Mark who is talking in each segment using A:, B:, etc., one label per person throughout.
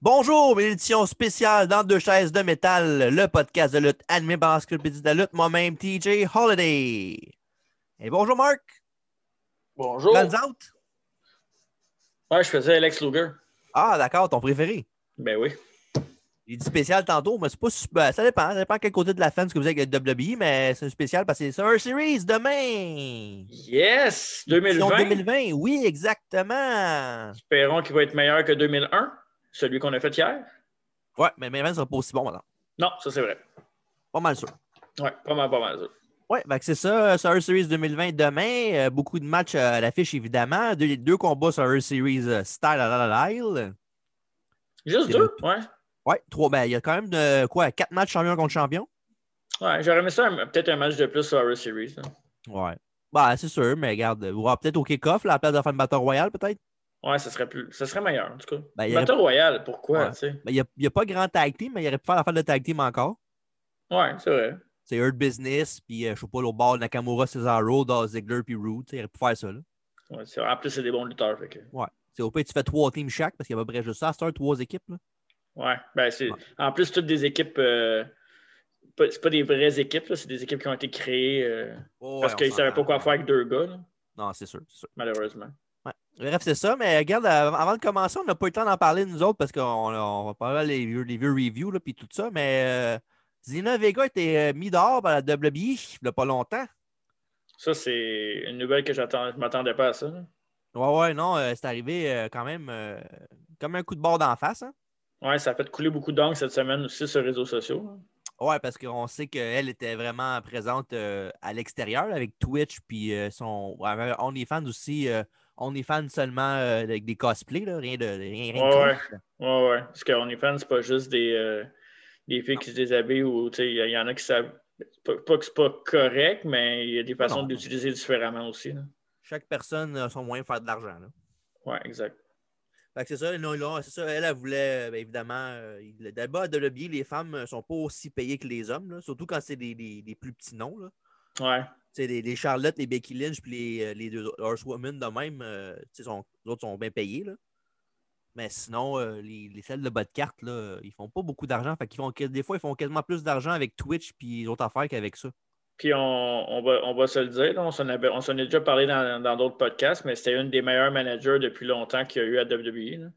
A: Bonjour, une édition spéciale dans deux chaises de métal, le podcast de lutte animé par l'encyclopédie de la lutte, moi-même TJ Holiday. Et bonjour Marc.
B: Bonjour.
A: Guns out.
B: Ouais, je faisais Alex Luger.
A: Ah, d'accord, ton préféré.
B: Ben oui.
A: J'ai dit spécial tantôt, mais c'est pas su- ben, ça dépend, ça dépend à quel côté de la fence que vous avez avec le WWE, mais c'est un spécial parce que c'est un series demain.
B: Yes!
A: Édition
B: 2020.
A: 2020, oui, exactement.
B: Espérons qu'il va être meilleur que 2001, celui qu'on a fait hier.
A: Ouais, mais même ça sera pas aussi bon maintenant.
B: Non, ça c'est vrai.
A: Pas mal sûr.
B: Ouais, pas mal, pas mal. ça.
A: Oui, c'est ça, sur Series 2020 demain. euh, beaucoup de matchs euh, à l'affiche, évidemment. Deux, deux combats sur Series euh, Style à Lyle.
B: Juste
A: C'est
B: deux? Ouais.
A: Oui, trois. Ben, il y a quand même de, quoi, quatre matchs champion contre champion.
B: Ouais, j'aurais aimé ça un- peut-être un match de plus sur Horror Series. là.
A: Ouais. Bah, c'est sûr, mais regarde, on va peut-être au kick-off, là, à la place de faire une battle royale, peut-être.
B: Ouais, ça serait plus. Ça serait meilleur, en tout cas.
A: Ben, il y aurait-
B: Battle Royale, pourquoi?
A: Ouais.
B: tu sais?
A: Ben, Il n'y a, il y a pas grand tag team, mais il aurait pu faire l'affaire de tag team encore.
B: Ouais, c'est vrai.
A: C'est Hurt Business, puis euh, je sais pas, l'autre bord, Nakamura, Cesaro, Dolph Ziggler, puis Rude. tu sais, Il aurait pu faire ça, là.
B: Ouais, c'est vrai. En plus, c'est des bons lutteurs. fait que-
A: C'est au pire, tu fais trois teams chaque, parce qu'il y a à peu près juste ça, c'est un, trois équipes, là.
B: Ouais. Ben, c'est...
A: Ouais.
B: En plus, toutes des équipes. euh, pas- C'est pas des vraies équipes, là, c'est des équipes qui ont été créées euh,
A: Oh,
B: parce
A: ouais, on
B: qu'ils ne savaient pas
A: s'entend.
B: quoi faire avec deux gars, là,
A: Non, c'est sûr, c'est sûr.
B: malheureusement.
A: Bref, c'est ça. Mais regarde, av- avant de commencer, on n'a pas eu le temps d'en parler, nous autres, parce qu'on on va parler des vieux, des vieux reviews, là, puis tout ça. Mais euh, Zina Vega a été euh, mis dehors par la WWE, il n'y a pas longtemps.
B: Ça, c'est une nouvelle que j'attends- je ne m'attendais pas à ça. là.
A: Ouais, ouais, non, euh, c'est arrivé euh, quand même euh, comme un coup de bord d'en face. hein.
B: Ouais, ça a fait couler beaucoup d'angles cette semaine aussi sur les réseaux sociaux. là.
A: Ouais, parce qu'on sait qu'elle était vraiment présente euh, à l'extérieur avec Twitch, puis euh, son. ouais, On est fan aussi. euh, on est fan seulement euh, avec des cosplays, là, rien de rien, rien de
B: Ouais, ouais.
A: croche, là.
B: Ouais, ouais. Parce qu'on est fan, c'est pas juste des, euh, des filles qui se déshabillent ou tu sais, il y, y en a qui savent. c'est Pas, pas que c'est pas correct, mais il y a des
A: non.
B: façons de l'utiliser différemment aussi. là.
A: Chaque personne a son moyen de faire de l'argent. là.
B: Ouais, exact.
A: Fait que c'est ça, non, non, c'est ça, elle, elle voulait, euh, ben, évidemment, euh, il- le débat de lobby, les femmes ne sont pas aussi payées que les hommes, là, surtout quand c'est des, des- des plus petits noms. là.
B: Ouais.
A: Tu sais, Les, les Charlotte, les Becky Lynch, puis les, euh, les deux autres- Horsewomen de même, euh, tu sais, sont, les autres sont bien payés. Là. Mais sinon, euh, les, les celles de bas de carte, là, euh, ils font pas beaucoup d'argent. Fait qu'ils font, que- des fois, ils font quasiment plus d'argent avec Twitch puis les autres affaires qu'avec ça.
B: Puis on, on va, on va se le dire, là, on s'en avait- on s'en est déjà parlé dans dans d'autres podcasts, mais c'était une des meilleures managers depuis longtemps qu'il y a eu à WWE. là.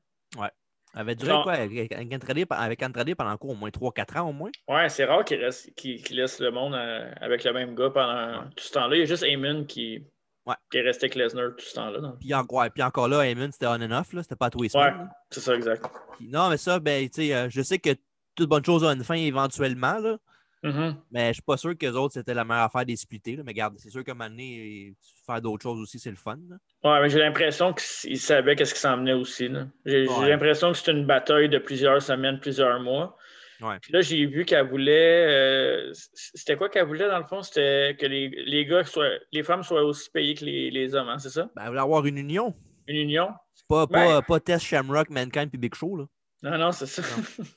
A: Elle avait duré
B: Non.
A: quoi avec avec Andrade, avec Andrade pendant quoi? Au moins 3-4 ans au moins?
B: Ouais, c'est rare qu'il reste, qu'il- qu'il laisse le monde euh, avec le même gars pendant tout ce temps-là. Il y a juste Eamon qui,
A: Ouais.
B: qui est resté avec Lesnar tout ce temps-là. non?
A: Puis, encore- ouais, puis encore là, Eamon, c'était on and off, là, c'était pas à tous les
B: Ouais.
A: semaines. là.
B: C'est ça, exact.
A: Puis non, mais ça, ben, tu sais, euh, je sais que toute bonne chose a une fin éventuellement, là,
B: Mhm.
A: mais je suis pas sûr que les autres, c'était la meilleure affaire des splittés. là. Mais garde, c'est sûr qu'à un moment donné, euh, faire d'autres choses aussi, c'est le fun. là.
B: Ouais, mais j'ai l'impression qu'il savait qu'est-ce qui s'en venait aussi. là. J'ai j'ai
A: Ouais.
B: l'impression que c'est une bataille de plusieurs semaines, plusieurs mois.
A: Ouais.
B: Puis là, j'ai vu qu'elle voulait. euh, c- c'était quoi qu'elle voulait dans le fond? C'était que les, les gars soient. Les femmes soient aussi payées que les, les hommes, hein, c'est ça?
A: Ben, elle voulait avoir une union.
B: Une union?
A: Pas,
B: Ben-
A: pas, pas Tess Shamrock, Mankind puis Big Show. Là.
B: Non, non, c'est ça.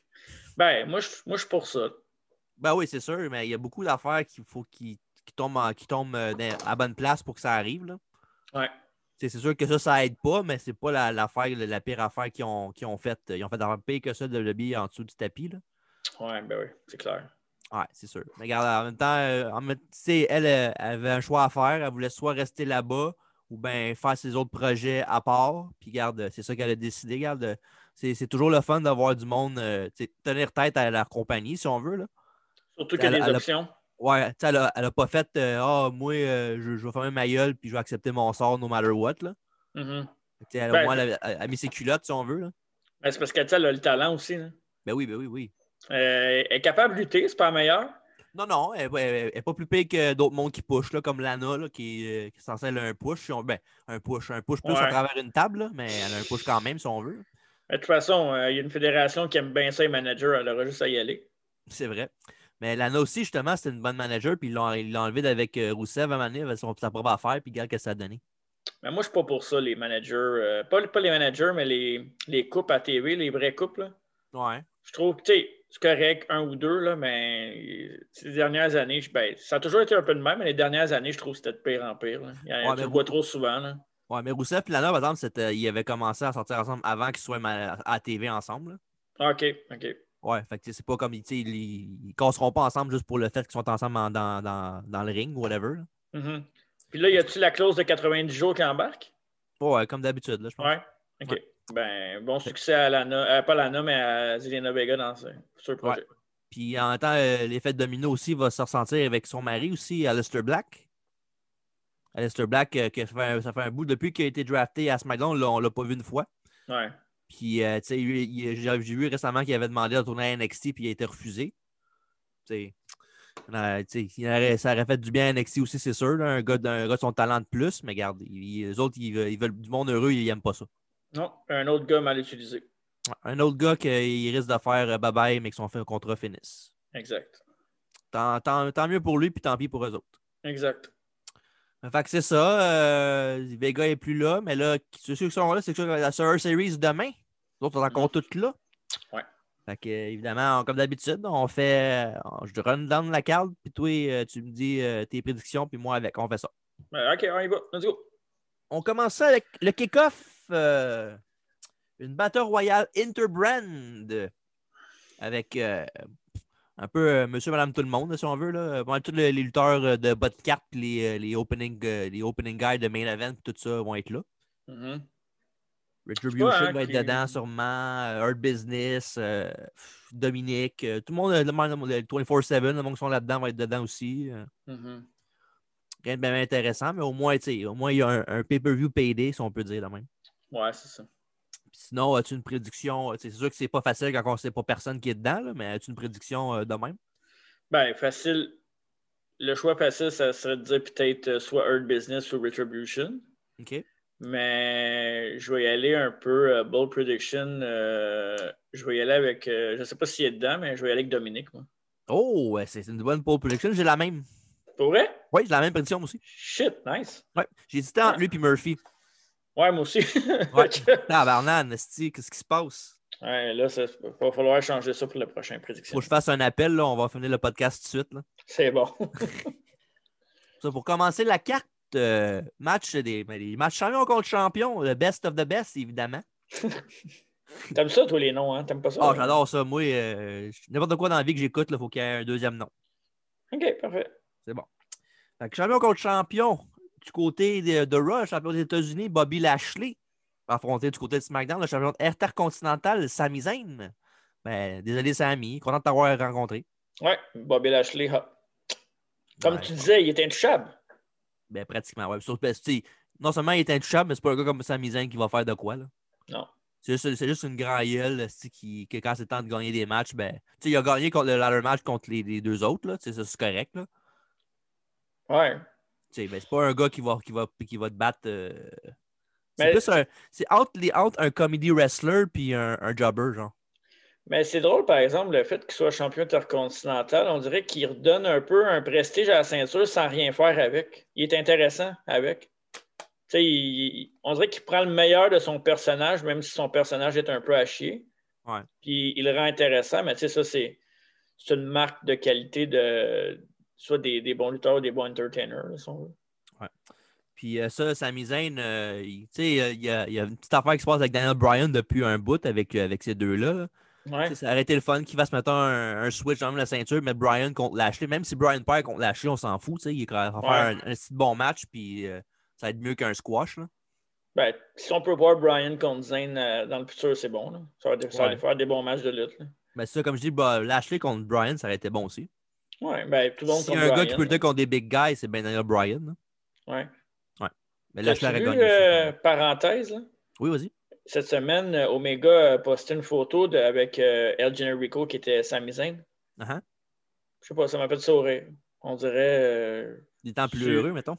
B: ben, moi, je moi, je suis pour ça.
A: Ben oui, c'est sûr, mais il y a beaucoup d'affaires qu'il faut qui, qui tombent, en- qui tombent euh, dans- à bonne place pour que ça arrive. Là.
B: Ouais.
A: Tu sais, C'est sûr que ça, ça aide pas, mais c'est pas la, l'affaire- la, pire affaire qu'ils ont, qu'ils ont faite. Ils ont fait d'affaires pire que ça de lobby en dessous du tapis. Là.
B: Ouais, ben oui, c'est clair.
A: Ouais, c'est sûr. Mais regarde, en même temps, euh, en même- tu sais, elle, euh, elle avait un choix à faire. Elle voulait soit rester là-bas ou bien faire ses autres projets à part. Puis regarde, euh, c'est ça qu'elle a décidé. Regarde, euh, c'est c'est toujours le fun d'avoir du monde, euh, tu sais, tenir tête à leur compagnie, si on veut. Là.
B: Surtout
A: Elle-
B: qu'il y a
A: elle
B: des
A: a-
B: options.
A: Ouais, tu sais, elle a, elle a pas fait euh, Ah, moi, euh, je, je vais fermer ma gueule puis je vais accepter mon sort no matter what. Là.
B: Mhm.
A: Tu sais, Elle, au
B: Ben,
A: moins, elle a, elle a mis ses culottes, si on veut. Là.
B: Ben, c'est parce qu'elle tu sais, elle a le talent aussi. là.
A: Ben oui, ben oui, oui.
B: Euh, elle est capable de lutter, c'est pas la meilleure.
A: Non, non, elle n'est pas plus pire que d'autres mondes qui pushent, là, comme Lana, là, qui, euh, qui est censée elle a un push. si on- ben, un push, un push plus à
B: Ouais.
A: travers une table, là, mais elle a un push quand même, si on veut.
B: Mais De toute façon, euh, il y a une fédération qui aime bien ça, les managers, elle aura juste à y aller.
A: C'est vrai. Mais Lana aussi, justement, c'était une bonne manager, puis ils l'ont ils l'ont enlevée avec euh, Rousseff à un moment donné, avec son- sa propre affaire, puis regarde ce que ça a donné.
B: Mais moi, je suis pas pour ça, les managers. euh, pas, pas les managers, mais les, les coupes à TV, les vrais couples. là.
A: Ouais.
B: Je trouve que, tu sais, c'est correct, un ou deux, là, mais euh, ces dernières années, je, ben, ça a toujours été un peu de même, mais les dernières années, je trouve que c'était de pire en pire. là. Il y en a-
A: Ouais,
B: tu
A: mais
B: le vois trop souvent. Là.
A: euh, Ouais, mais Rousseff et Lana, par exemple, c'était- ils avaient commencé à sortir ensemble avant qu'ils soient ma- à la TV ensemble. là.
B: Ah, OK, OK.
A: Ouais, fait que c'est pas comme, tu sais, ils, ils, ils casseront pas ensemble juste pour le fait qu'ils sont ensemble en- dans, dans, dans le ring, whatever. là.
B: Mhm. Puis là, y a-tu la clause de 90 jours qui embarque?
A: Ouais, comme d'habitude, là, je pense.
B: Ouais. OK. Ben, bon succès à Lana, euh, pas Lana, mais à Zelena Vega dans ce, sur le projet.
A: Puis en même temps, euh, l'effet domino aussi va se ressentir avec son mari aussi, Alistair Black. Alistair Black, euh, que ça fait un- ça fait un bout depuis qu'il a été drafté à SmackDown, là, on l'a pas vu une fois.
B: Ouais.
A: Puis, euh, tu sais, lui, il- j'ai j'ai vu récemment qu'il avait demandé à tourner à NXT, puis il a été refusé. Tu sais, euh, tu sais, il aurait- ça aurait fait du bien à NXT aussi, c'est sûr. là, un, gars, d'un- un gars de son talent de plus, mais regarde, les autres, ils, veulent- ils veulent du monde heureux, ils n'aiment pas ça.
B: Non, un autre gars mal utilisé.
A: Un autre gars qu'il risque de faire euh, bye-bye, mais que son fin- contrat finisse.
B: Exact.
A: Tant, tant- tant mieux pour lui, puis tant pis pour eux autres.
B: Exact.
A: Fait que c'est ça. euh, Vega est plus là, mais là, qui- ceux qui sont là, c'est sûr que la Survivor Series demain. Les autres sont encore toutes là.
B: Ouais.
A: Fait que, euh, évidemment, on- comme d'habitude, on fait. euh, on- je te run down la carte, puis toi, euh, tu me dis euh, tes prédictions, puis moi avec. On fait ça.
B: Ben, OK, on y va. Let's go.
A: On commence ça avec le kick-off. euh, une battle royale interbrand. Avec euh, un peu euh, monsieur, madame, tout le monde, si on veut. Là. Bon, tous les, les lutteurs euh, de bas de carte, puis les, euh, les opening, euh, les opening guys de main event, puis tout ça vont être là.
B: Mhm.
A: Retribution
B: Ouais, hein,
A: va être
B: qui-
A: dedans sûrement, euh, Hurt Business, euh, pff, Dominique, euh, tout le monde, euh, le, monde- le monde- le 24-7, le monde qui sont là-dedans va être dedans aussi. euh.
B: Mhm.
A: Rien de bien intéressant, mais au moins, tu sais, au moins il y a un, un pay-per-view payday, si on peut dire de même.
B: Ouais, c'est ça.
A: Puis sinon, as-tu une prédiction? euh, tu sais, C'est sûr que c'est pas facile quand on sait pas personne qui est dedans, là, mais as-tu une prédiction euh, de même?
B: Ben, facile. Le choix facile, ça serait de dire peut-être euh, soit Earth Business ou Retribution.
A: OK.
B: Mais je vais y aller un peu euh, bold prediction. euh, je vais y aller avec. euh, je sais pas s'il est dedans, mais je vais y aller avec Dominique, moi.
A: Oh, ouais, c'est c'est une bonne pole prediction. J'ai la même.
B: Pour vrai?
A: Oui, j'ai la même prédiction moi aussi.
B: Shit, nice.
A: Ouais. J'ai hésité entre lui et Murphy.
B: Ouais, moi aussi.
A: Ouais.
B: Ok.
A: Tabarnane, esti, qu'est-ce qui se passe?
B: Ouais, là, ça va falloir changer ça pour le prochain prédiction.
A: Faut que je fasse un appel, là, on va finir le podcast tout de suite. là.
B: C'est bon.
A: Ça, pour commencer la carte, euh, match des, mais les matchs champion contre champion, le best of the best, évidemment.
B: T'aimes ça, toi, les noms, hein? T'aimes pas ça?
A: Oh, j'adore ça. Moi, euh, n'importe quoi dans la vie que j'écoute, il faut qu'il y ait un deuxième nom.
B: Ok, parfait.
A: Fait que champion contre champion, du côté de, de Raw, champion des États-Unis, Bobby Lashley, va affronter du côté de SmackDown, le champion intercontinental, Sami Zayn. Ben, désolé, Sami, content de t'avoir rencontré.
B: Ouais, Bobby Lashley. ha. Comme
A: Ouais.
B: tu disais, il est intouchable.
A: Ben, pratiquement, ouais. Sauf que, tu sais, non seulement il est intouchable, mais c'est pas un gars comme Sami Zayn qui va faire de quoi, là.
B: Non.
A: C'est juste, c'est juste une grande gueule, c'est qui, que quand c'est temps de gagner des matchs, ben, tu sais, il a gagné contre le ladder match contre les, les deux autres, là. Tu sais, ça, c'est correct, là.
B: Ouais.
A: Tu sais, ben, c'est pas un gars qui va, qui va, qui va te battre. euh, C'est
B: Mais-
A: plus un. C'est entre, les, entre un comedy wrestler puis un, un jobber, genre.
B: Mais c'est drôle, par exemple, le fait qu'il soit champion intercontinental, on dirait qu'il redonne un peu un prestige à la ceinture sans rien faire avec. Il est intéressant avec. Tu sais, il- il- on dirait qu'il prend le meilleur de son personnage, même si son personnage est un peu à chier.
A: Ouais.
B: Puis il le rend intéressant, mais tu sais, ça, c'est c'est une marque de qualité de soit des, des bons lutteurs ou des bons entertainers. là, si on veut.
A: Puis euh, ça, Sami Zayn, euh, il- tu sais, euh, il y, a, il y a une petite affaire qui se passe avec Daniel Bryan depuis un bout avec, euh, avec ces deux-là. là.
B: Ouais.
A: Tu sais, Ça aurait été le fun qu'il fasse maintenant un, un switch dans la ceinture, mais Brian contre Lashley. Même si Brian perd contre Lashley, on s'en fout. tu sais, Il est quand même faire un, un petit bon match, puis euh, ça va être mieux qu'un squash. là.
B: Ben, si on peut voir Brian contre Zane euh, dans le futur, c'est bon. là. Ça va, ça va
A: Ouais.
B: faire des bons matchs de lutte. là.
A: Mais ça, comme je dis, bah, Lashley contre Brian, ça aurait été bon aussi.
B: Ouais, ben, tout le monde
A: S'il y a
B: contre
A: un gars qui
B: Bryan,
A: peut
B: là.
A: lutter contre des big guys, c'est bien Daniel Bryan. là.
B: Ouais.
A: Mais
B: T'as-tu
A: Lashley aurait
B: vu,
A: gagné.
B: euh,
A: ça.
B: parenthèse, là?
A: Oui, vas-y.
B: cette semaine, euh, Omega a posté une photo de- avec euh, El Generico qui était Sami Zayn.
A: Uh-huh.
B: Je sais pas, ça m'a fait sourire. On dirait. euh,
A: Des temps plus
B: Sur-
A: heureux, mettons.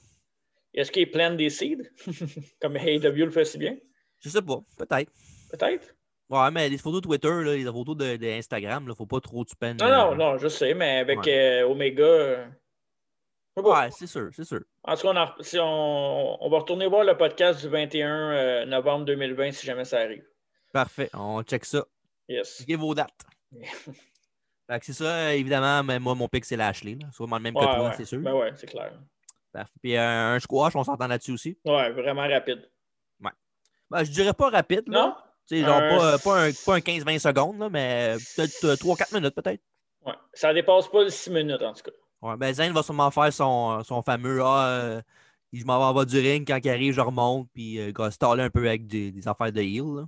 B: Est-ce qu'il plante des seeds Comme AEW le fait si bien
A: Je sais pas, peut-être.
B: Peut-être.
A: Ouais, mais les photos Twitter, là, les photos d'Instagram, de, Instagram, là, faut pas trop tu peines. euh,
B: Non, non, non, je sais, mais avec euh, Omega. euh, je sais pas.
A: Ouais, c'est sûr, c'est sûr.
B: En tout cas, on, en- si on- on va retourner voir le podcast du 21 euh, novembre 2020 si jamais ça arrive.
A: Parfait, on check ça.
B: Yes.
A: Checkez vos dates. Fait que c'est ça, euh, évidemment, mais moi, mon pic, c'est Lashley. Là. Soit le même que
B: Ouais,
A: toi,
B: ouais.
A: c'est sûr.
B: Ben ouais, c'est clair.
A: Parfait. Puis euh, un squash, on s'entend là-dessus aussi.
B: Ouais, vraiment rapide.
A: Ben, je dirais pas rapide. là.
B: Non?
A: Tu sais, genre pas, pas un, pas un 15-20 secondes, là, mais peut-être 3-4 minutes peut-être.
B: Ouais. Ça dépasse pas les 6 minutes en tout cas.
A: Ouais, ben Zane va sûrement faire son, son fameux Ah, euh, je m'en vais en bas du ring, quand il arrive, je remonte, puis euh, il va se taler un peu avec des, des affaires de heal. là.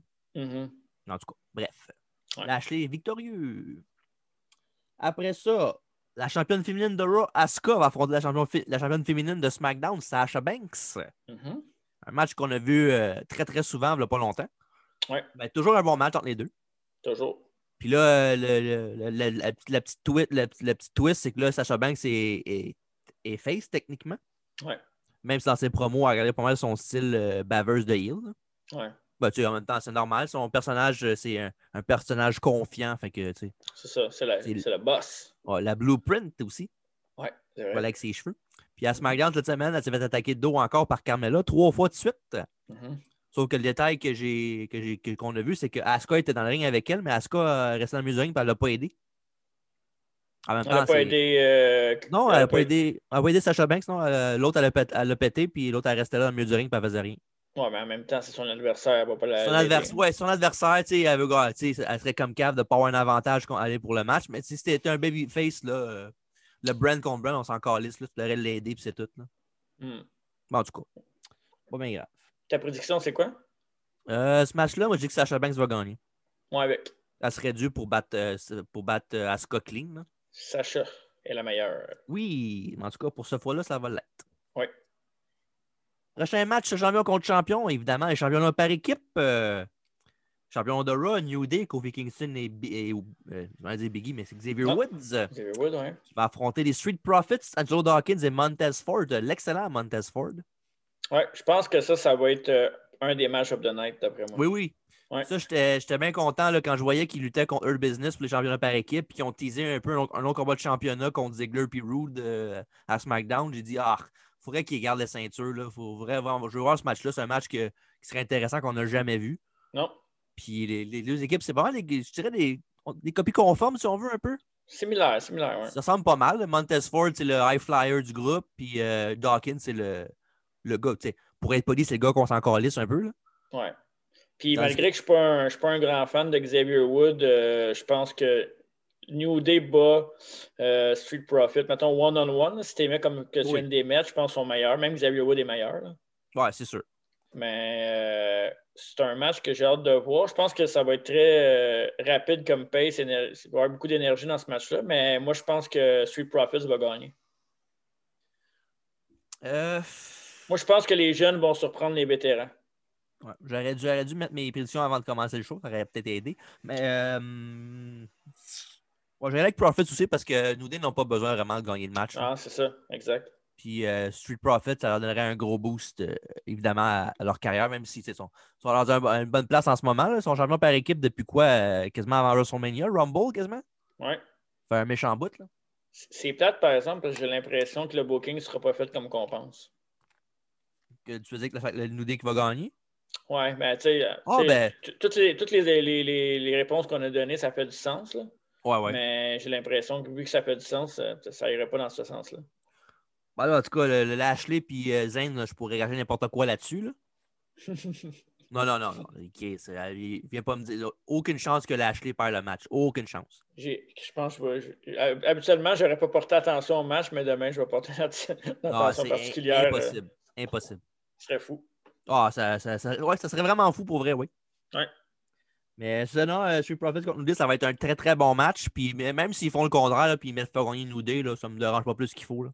B: Mhm.
A: En tout cas, bref.
B: Ouais.
A: Lashley est victorieux. Après ça, la championne féminine de Raw, Asuka, va affronter la championne, fi- la championne féminine de SmackDown, Sasha Banks. Mm-hmm.
B: Mhm.
A: Un match qu'on a vu euh, très, très souvent, il y a pas longtemps.
B: Ouais.
A: Ben, toujours un bon match entre les deux.
B: Toujours.
A: Puis là, le- le- le- le- la, petite- la petite twi- la petite- la petite twist, c'est que là, Sasha Banks est, est- est face techniquement.
B: Ouais.
A: Même si dans ses promos, elle regardait pas mal son style euh, baveuse de heel. là.
B: Ouais.
A: Ben, tu sais, en même temps, c'est normal. Son personnage, euh, c'est un, un personnage confiant. Fait que, tu sais,
B: C'est ça. C'est la,
A: C'est-
B: c'est la boss.
A: ouais, la blueprint aussi,
B: Ouais. c'est vrai.
A: voilà, avec ses cheveux. Puis à SmackDown, cette semaine, elle s'est fait attaquer de dos encore par Carmela trois fois de suite.
B: Mhm.
A: Sauf que le détail que j'ai que j'ai- que- qu'on a vu, c'est que Asuka était dans le ring avec elle, mais Asuka euh, restait dans le ring, puis elle l'a pas aidé. En même
B: Elle n'a
A: temps,
B: pas
A: c'est-
B: aidé. euh,
A: Non, elle n'a
B: a
A: pas aidé. Elle a pas aidé Sacha Banks, non. euh, L'autre, elle l'a pét- elle l'a pété, puis l'autre, elle restait là dans le milieu du ring, puis elle faisait rien.
B: Ouais, mais en même temps, c'est son adversaire. Ben, Elle va pas la.
A: Son,
B: l'aider.
A: adversaire, ouais, son adversaire, tu sais, elle veut gagner, tu sais, elle serait comme cave de pas avoir un avantage qu'on allait pour le match. Mais si c'était un babyface, là, euh, le brand contre brand, on s'en calisse, là, tu devrais l'aider, puis c'est tout. Là.
B: Hmm.
A: Bon, en tout cas, pas bien grave.
B: Ta prédiction, c'est quoi?
A: Euh, ce match-là, moi, je dis que Sacha Banks va gagner.
B: Moi, avec
A: Elle serait due pour battre, euh, pour battre euh, Asuka Clean. là.
B: Sacha est la meilleure.
A: Oui, mais en tout cas, pour ce fois-là, ça va l'être.
B: Oui.
A: Prochain match, champion contre champion, évidemment, les championnats par équipe. euh, champion de Raw, New Day, Kofi Kingston et, Bi- et, euh, je vais dire Biggie, mais c'est Xavier
B: Ah.
A: Woods euh,
B: Xavier Wood, ouais.
A: qui va affronter les Street Profits, Angelo Dawkins et Montez Ford, euh, l'excellent Montez Ford.
B: Ouais, je pense que ça, ça va être euh, un des matchs of the night, d'après moi.
A: Oui, oui.
B: Ouais.
A: Ça, j'étais j'étais bien content là, quand je voyais qu'ils luttaient contre Her Business pour les championnats par équipe, puis qu'ils ont teasé un peu un, long- un long combat de championnat contre Ziggler puis Rude euh, à SmackDown. J'ai dit, ah, faudrait qu'ils gardent les ceintures. Là. Faut vraiment, je veux voir ce match-là. C'est un match que- qui serait intéressant qu'on n'a jamais vu.
B: Non,
A: Puis les, les deux équipes, c'est vraiment, des- je dirais, des, des copies conformes, si on veut, un peu.
B: similaire, similaire, ouais.
A: Ça ressemble pas mal. Montez Ford, c'est le high flyer du groupe, puis euh, Dawkins, c'est le, le gars. tu sais, Pour être poli, c'est le gars qu'on s'en calisse un peu. là.
B: ouais. Puis
A: Dans le-
B: malgré que je ne suis pas un grand fan de Xavier Wood, euh, je pense que New Day bat euh, Street Profit. Mettons one-on-one, si tu comme que tu
A: Oui.
B: une des matchs, je pense qu'ils sont meilleurs. Même Xavier Wood est meilleur. là.
A: Ouais, c'est sûr.
B: Mais euh, c'est un match que j'ai hâte de voir. Je pense que ça va être très euh, rapide comme pace. éner- Il va y avoir beaucoup d'énergie dans ce match-là. Mais moi, je pense que Street Profits va gagner.
A: Euh,
B: Moi, je pense que les jeunes vont surprendre les vétérans.
A: Ouais, J'aurais dû, j'aurais dû mettre mes prédictions avant de commencer le show, ça aurait peut-être aidé. Mais euh, ouais, j'irais avec Profits aussi parce que New Day n'ont pas besoin vraiment de gagner le match.
B: Ah, c'est ça, exact.
A: Puis euh, Street Profits, ça leur donnerait un gros boost, euh, évidemment, à, à leur carrière, même si tu sais, ils sont, ils sont dans un- une bonne place en ce moment. Là. Ils sont champions par équipe depuis quoi euh, Quasiment avant WrestleMania, Rumble quasiment
B: Ouais.
A: Fait un méchant bout. Là.
B: C- C'est plate, par exemple, parce que j'ai l'impression que le booking ne sera pas fait comme qu'on pense.
A: Que tu veux dire que le, fait que le New Day qui va gagner
B: Ouais, ben, tu sais, euh,
A: Ah,
B: tu sais,
A: ben.
B: t- toutes, les, toutes les, les- les- les réponses qu'on a données, ça fait du sens, là.
A: Ouais, ouais.
B: Mais j'ai l'impression que vu que ça fait du sens, euh, ça, ça irait pas dans ce sens-là.
A: Bah, là, en tout cas, le, le Lashley puis euh, Zayn, là, je pourrais gager n'importe quoi là-dessus. là. Non, non, non. non. Ok, c'est- euh, il vient pas me dire. Aucune chance que Lashley perd le match. Aucune chance.
B: J'ai- Je pense que je vais- je- hab- habituellement, j'aurais pas porté attention au match, mais demain, je vais porter une atti- une
A: Ah,
B: attention
A: c'est
B: particulière.
A: im-
B: euh,
A: impossible. Impossible.
B: Ce serait fou.
A: Ah, ça, ça, ça- ouais, ça serait vraiment fou pour vrai, oui.
B: Ouais.
A: Mais ça, non, euh, Street Profits contre New Day, ça va être un très très bon match. Puis mais même s'ils font le contraire, là, puis ils mettent Ferroni New Day, là, ça me dérange pas plus qu'il faut. Là.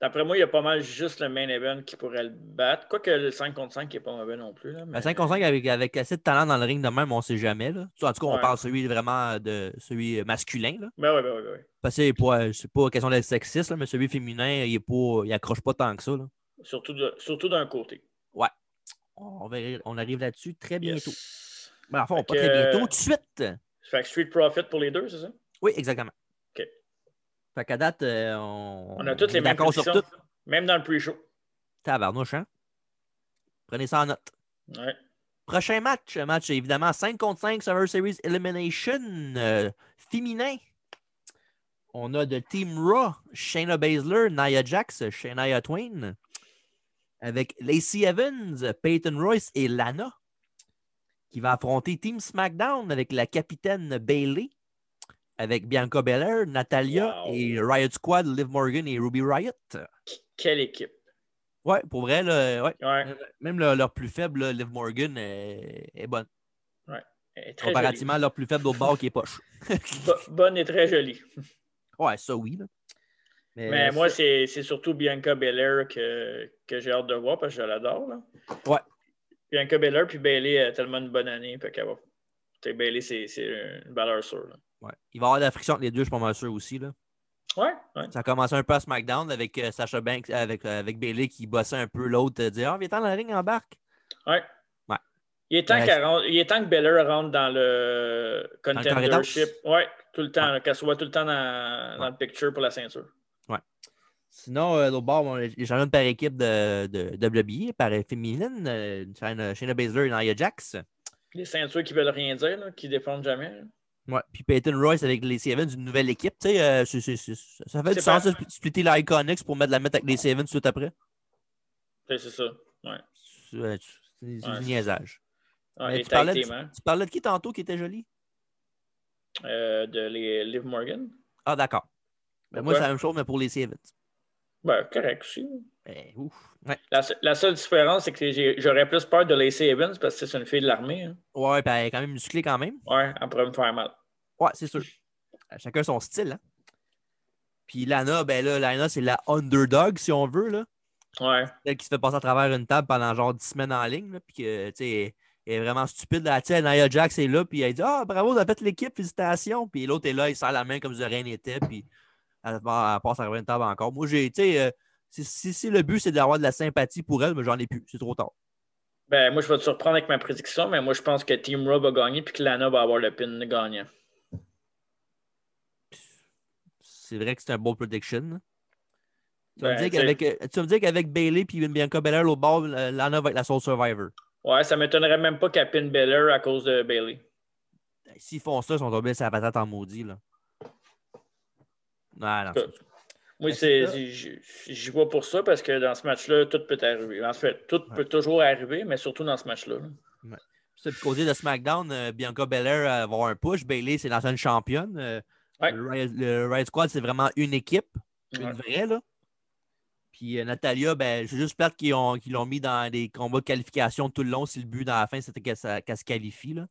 B: D'après moi, il y a pas mal juste le main event qui pourrait le battre. Quoique le 5 contre 5 n'est pas mauvais non plus. Là, mais...
A: Ben, 5 contre 5 avec, avec assez de talent dans le ring de même, on sait jamais. Là. En tout cas, on
B: Ouais.
A: parle celui vraiment de celui masculin. Là.
B: Ben oui, ben oui, ben oui.
A: Parce que c'est pas, euh, c'est pas question d'être sexiste, là, mais celui féminin, il, est pas, il accroche pas tant que ça. Là.
B: Surtout, de- surtout d'un côté.
A: On, verra- on arrive là-dessus très
B: Yes.
A: bientôt. Mais enfin,
B: Fait
A: pas
B: que-
A: très bientôt, tout de suite.
B: Fait que Street Profit pour les deux, c'est ça?
A: Oui, exactement.
B: OK.
A: Fait qu'à date, euh, on,
B: On a toutes
A: on
B: les
A: est
B: mêmes
A: d'accord sur
B: prédictions.
A: tout.
B: Même dans le pre-show.
A: Tabarnouche, hein? Prenez ça en note.
B: Ouais.
A: Prochain match, un match évidemment 5 contre 5 Survivor Series Elimination euh, féminin. On a de Team Raw, Shayna Baszler, Nia Jax, Shania Twain, avec Lacey Evans, Peyton Royce et Lana. qui va affronter Team SmackDown avec la capitaine Bailey, avec Bianca Belair, Natalia
B: Wow.
A: et Riot Squad, Liv Morgan et Ruby Riot.
B: Quelle équipe.
A: Ouais, pour vrai, là, ouais.
B: Ouais,
A: même le- leur plus faible, là, Liv Morgan, est, est bonne.
B: elle est très
A: Comparativement à leur plus faible l'autre bord qui est poche.
B: jolie. Bo- bonne et très jolie.
A: Ouais, ça oui. là. Mais,
B: Mais
A: ça-
B: moi, c'est c'est surtout Bianca Belair que, que j'ai hâte de voir parce que je l'adore. là.
A: Ouais.
B: Bianca Belair, puis Bailey a tellement une bonne année. Fait qu'elle va. Tu sais, Bailey, c'est c'est une valeur sûre. là.
A: euh, ouais. Il va y avoir de la friction entre les deux, je suis pas mal sûr aussi. Là.
B: Ouais, ouais.
A: Ça a commencé un peu à SmackDown avec euh, Sasha Banks, avec, euh, avec Bailey qui bossait un peu l'autre, euh, disait Ah, viens dans la ring, embarque.
B: ouais.
A: Ouais.
B: Il, est temps
A: Ouais,
B: qu'elle rentre- il est temps que Belair rentre dans le
A: le corridor.
B: contendership. ouais, tout le temps. là, Qu'elle soit tout le temps dans, dans le picture pour la ceinture.
A: Sinon, euh, l'autre bord, bon, les les championnes par équipe de, de WWE, par féminine, euh, Shayna, Shayna Baszler et Nia Jax.
B: Les ceintures qui veulent rien dire, là, qui défendent jamais. là.
A: Ouais. Puis Peyton Royce avec les Sevens, une nouvelle équipe. Tu sais, euh, c'est- c'est- c'est- ça fait du
B: C'est
A: sens
B: pas-
A: de spl- splitter la Iconics pour mettre, la mettre avec les Sevens tout de suite après.
B: Tu sais, Ben, C'est ça. Ouais.
A: C'est euh, c'est- c'est
B: Ouais.
A: du niaisage.
B: Ouais,
A: Mais
B: les
A: tu
B: tag
A: parlais
B: team, hein,
A: Tu parlais de qui tantôt qui était joli?
B: euh, de les Liv Morgan.
A: Ah, d'accord. Ben, moi,
B: Pourquoi?
A: c'est la même chose, mais pour les Sevens.
B: Ben, correct aussi.
A: Eh, ouf. Ouais,
B: La, se- la seule différence, c'est que j'ai- j'aurais plus peur de Lacey Evans parce que c'est une fille de l'armée. hein.
A: ouais ben, elle est quand même musclée quand même.
B: Ouais, elle pourrait me faire mal.
A: Ouais, c'est sûr. Euh, Chacun son style, hein. Puis Lana, ben là, Lana, c'est la underdog, si on veut, là.
B: Ouais,
A: Celle qui se fait passer à travers une table pendant genre 10 semaines en ligne, là, puis que, tu sais, elle est vraiment stupide. Là, tu sais, Nia Jax est là, puis elle dit « Ah, bravo, t'as fait l'équipe, félicitations! » Puis l'autre est là, il serre la main comme si de rien n'était, puis elle, elle passe à travers une table encore. Moi, j'ai, tu sais, euh, si, si- si le but, c'est d'avoir de la sympathie pour elle, mais j'en ai plus, c'est trop tard.
B: Ben, moi, je vais te surprendre avec ma prédiction, mais moi, je pense que Team Raw va gagner puis que Lana va avoir le pin gagnant.
A: C'est vrai que c'est un bold prediction. là. Tu vas
B: Ben,
A: me dire
B: tu sais,
A: qu'avec, euh, tu vas me dire qu'avec Bailey puis Bianca Belair au bord, euh, Lana va être la seule survivor.
B: Ouais, ça m'étonnerait même pas qu'elle pin Belair à cause de Bailey.
A: S'ils font ça, ils sont tombés sur la patate en maudit. Là. Ah, non, c'est-
B: Moi,
A: Ben, c'est
B: c'est,
A: ça.
B: j'y j'y vois pour ça parce que dans ce match-là, tout peut arriver. En fait, tout peut toujours arriver, mais surtout dans ce match-là. là.
A: Ça, puis côté de SmackDown, euh, Bianca Belair euh, va avoir un push. Bailey, c'est l'ancienne championne. Euh,
B: Ouais.
A: le, Riot, le Riot Squad, c'est vraiment une équipe,
B: Ouais.
A: une vraie. Là. Puis euh, Natalia, ben, c'est juste plate qu'ils ont- qu'ils l'ont mis dans des combats de qualification tout le long si le but dans la fin, c'était qu'elle sa- qu'elle se qualifie. Là.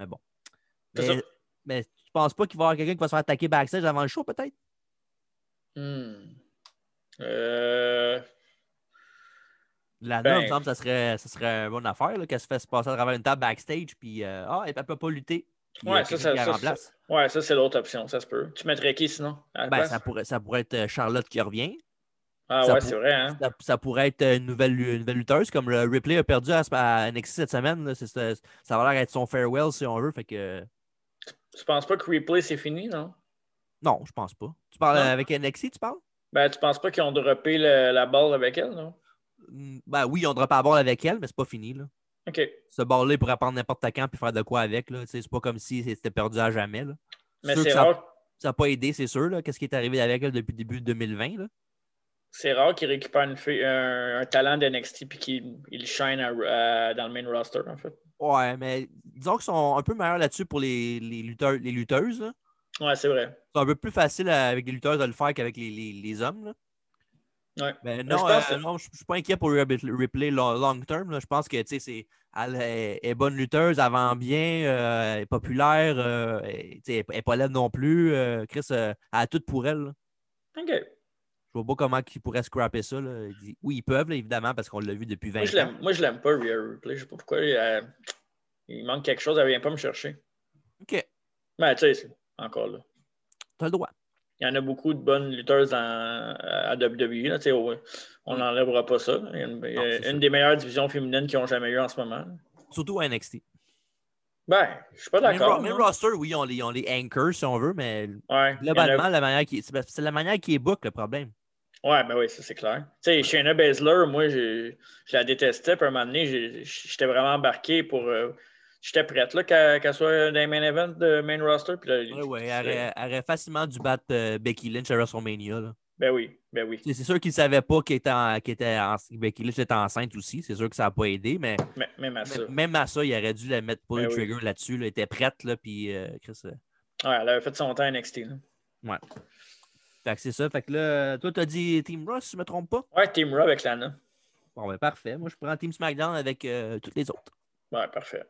A: Mais bon.
B: C'est
A: Mais,
B: ça.
A: mais tu penses pas qu'il va y avoir quelqu'un qui va se faire attaquer backstage avant le show, peut-être?
B: Hmm. Euh,
A: Lana,
B: Ben-
A: il me semble que ça serait, ça serait une bonne affaire là, qu'elle se fasse passer à travers une table backstage, puis euh, ah, elle ne peut pas lutter. Puis,
B: Ouais,
A: euh,
B: ça,
A: quelqu'un qui
B: ça-
A: la
B: ça-
A: remplace.
B: ouais, ça, c'est l'autre option, ça se peut. Tu mettrais qui sinon? à la
A: Ben,
B: place?
A: ça, pourrait, ça pourrait être euh, Charlotte qui revient.
B: ah
A: ça
B: ouais,
A: pour-
B: c'est vrai, hein?
A: Ça, ça pourrait être une nouvelle, lu- une nouvelle lutteuse, comme le Ripley a perdu à, à NXT cette semaine. là. C'est- c'est- ça va l'air être son farewell si on veut. Fait que
B: Tu penses pas que replay c'est fini, non?
A: non, je pense pas. Tu parles
B: Non.
A: euh, avec NXT, tu parles?
B: Ben, tu penses pas qu'ils ont droppé le- la balle avec elle, non?
A: Mm, Ben oui, on drop à bord avec elle, mais c'est pas fini. Là.
B: OK.
A: Ce bord-là, il pourrait prendre n'importe quand puis faire de quoi avec. là. Tu sais, C'est pas comme si c'était perdu à jamais. Là.
B: Mais
A: Sûr que
B: c'est
A: ça-
B: rare,
A: Ça n'a pas aidé, c'est sûr. là, Qu'est-ce qui est arrivé avec elle depuis le début 2020? Là.
B: c'est rare qu'ils récupèrent une fille- un, un talent d'NXT puis qu'ils ils shine à- à- dans le main roster, en fait.
A: Ouais, mais disons qu'ils sont un peu meilleurs là-dessus pour les, les lutteurs, les lutteuses. là.
B: Ouais, c'est vrai.
A: C'est un peu plus facile à- avec les lutteurs de le faire qu'avec les, les- les hommes. là.
B: Ouais.
A: Ben
B: je
A: non, euh, non,
B: pense
A: je
B: que-
A: je suis pas inquiet pour Ripley long, long term. là. Je pense que tu sais, c'est, elle est, est bonne lutteuse, elle vend bien, euh, elle est populaire, euh, elle, tu sais, elle est- elle est pas laide non plus. euh, Chris, euh, elle a tout pour elle. là.
B: OK.
A: Je vois pas comment ils pourraient scraper ça. là. Il dit- Oui, ils peuvent, là, évidemment, parce qu'on l'a vu depuis 20
B: Moi, je
A: ans.
B: l'aime- moi, je l'aime pas, Rhea Ripley. Je sais pas pourquoi. elle- il manque quelque chose, elle vient pas me chercher.
A: OK,
B: Mais tu sais, c'est- encore là.
A: t'as le droit.
B: Il y en a beaucoup de bonnes lutteuses dans- à WWE. là, tu sais, au- on n'enlèvera pas ça. Il y a une, il y a
A: Non, c'est
B: une
A: sûr.
B: des meilleures divisions féminines qu'ils ont jamais eues en ce moment.
A: Surtout à NXT.
B: Ben, je suis pas
A: Même,
B: d'accord.
A: ro- même
B: moi.
A: roster, oui, on les, on les anchors si on veut, mais
B: Ouais, il y en a-
A: globalement, la manière qui, c'est c'est la manière qui est book le problème.
B: Ouais, ben oui, ça c'est clair. Tu sais, Shayna Baszler, moi, je, je la détestais. Puis à un moment donné, j'ai- j'étais vraiment embarqué pour. euh, j'étais prête, là, qu'elle qu'elle soit dans les main event de main roster. Puis là,
A: Ouais, ouais, elle, aurait- elle aurait facilement dû battre euh, Becky Lynch à WrestleMania. là.
B: Ben oui, ben oui.
A: C'est c'est sûr qu'il ne savait pas qu'il était, en- qu'il était, en- ben, qu'il était enceinte aussi. C'est sûr que ça n'a pas aidé, mais
B: Ah, Mais- Même à ça.
A: m- même à ça, il aurait dû la mettre pour le
B: Ben oui.
A: trigger là-dessus. là. Elle était prête, là, puis euh, Chris, euh,
B: Ouais, elle avait fait son temps à NXT. là.
A: Fait que c'est ça. Fait que là, toi, t'as dit Team Raw, si je me trompe pas.
B: Ouais, Team Raw avec Lana.
A: Bon, ben parfait. Moi, je prends Team SmackDown avec euh, toutes les autres.
B: Ouais, parfait.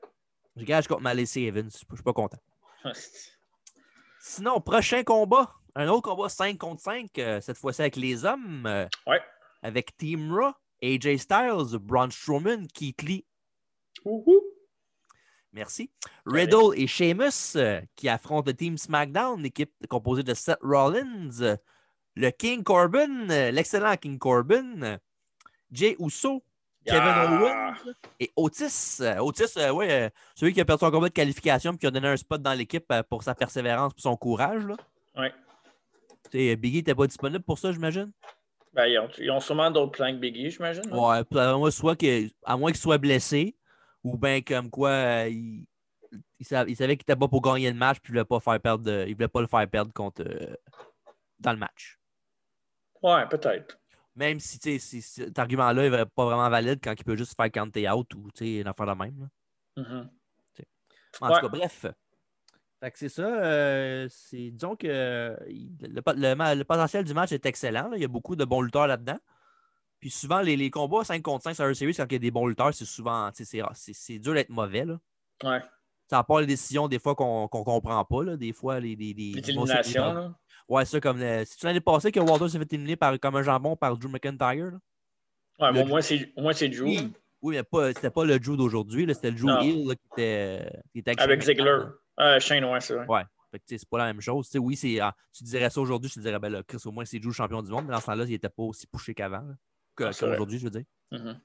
A: Je gage contre Malice et Evans. Je suis pas- je suis pas content.
B: Hostie.
A: Sinon, prochain combat. Un autre combat 5 contre 5, euh, cette fois-ci avec les hommes. euh,
B: Ouais.
A: Avec Team Raw, AJ Styles, Braun Strowman, Keith Lee.
B: Ouhou.
A: Merci.
B: Correct.
A: Riddle et Sheamus euh, qui affrontent le Team SmackDown, équipe composée de Seth Rollins, euh, le King Corbin, euh, l'excellent King Corbin, euh, Jay Uso, Kevin
B: Yeah.
A: Owens et Otis. Euh, Otis, euh, ouais, euh, celui qui a perdu son combat de qualification et qui a donné un spot dans l'équipe euh, pour sa persévérance et son courage. Là.
B: Ouais.
A: Tu sais, Biggie n'était pas disponible pour ça, j'imagine?
B: Ben, ils, ont, ils ont sûrement d'autres plans que Biggie, j'imagine. non?
A: Ouais, puis, euh, moi, soit que, à moins qu'il soit blessé, ou bien comme quoi euh, il, il sa- il savait qu'il n'était pas pour gagner le match, puis il voulait pas faire perdre, de- il voulait pas le faire perdre contre euh, dans le match.
B: Ouais, peut-être.
A: Même si, tu sais, si- si cet argument-là n'est pas vraiment valide quand il peut juste faire counter out ou tu sais, une affaire de même. là.
B: Mhm.
A: En
B: Ouais.
A: tout cas, bref. Fait que c'est ça. euh, c'est, disons que euh, il- le, pot- le ma- le potentiel du match est excellent. là. Il y a beaucoup de bons lutteurs là-dedans. Puis souvent, les, les combats 5 contre 5 sur un series, quand il y a des bons lutteurs, c'est souvent. tu sais, C'est, c'est, c'est dur d'être mauvais. Là.
B: Ouais.
A: Ça part les décisions des fois qu'on qu'on comprend pas. Là. Des fois, les. les, les-
B: Les
A: les-
B: éliminations, là.
A: Ouais, ça, comme. euh, C'est-tu l'année passée que Walter s'est fait éliminer par, comme un jambon par Drew McIntyre? là? Le-
B: Ouais, bon, moi, c'est, moi, c'est Drew.
A: Oui. Oui, mais pas, c'était pas le Drew d'aujourd'hui. là. C'était le Drew
B: Non.
A: Hill là, qui était, euh, qui était
B: Avec
A: Shane
B: Ziggler.
A: McMahon.
B: Euh, Shane, ouais, c'est vrai.
A: Ouais. Fait que, tu sais, c'est pas la même chose. Tu sais, oui, c'est, ah, tu dirais ça aujourd'hui, je te dirais, ben là, Chris, au moins, c'est Drew champion du monde, mais dans ce temps-là, il n'était pas aussi poussé qu'avant. là. Que-
B: Ah, c'est vrai.
A: Qu'aujourd'hui, je veux dire.
B: Mhm.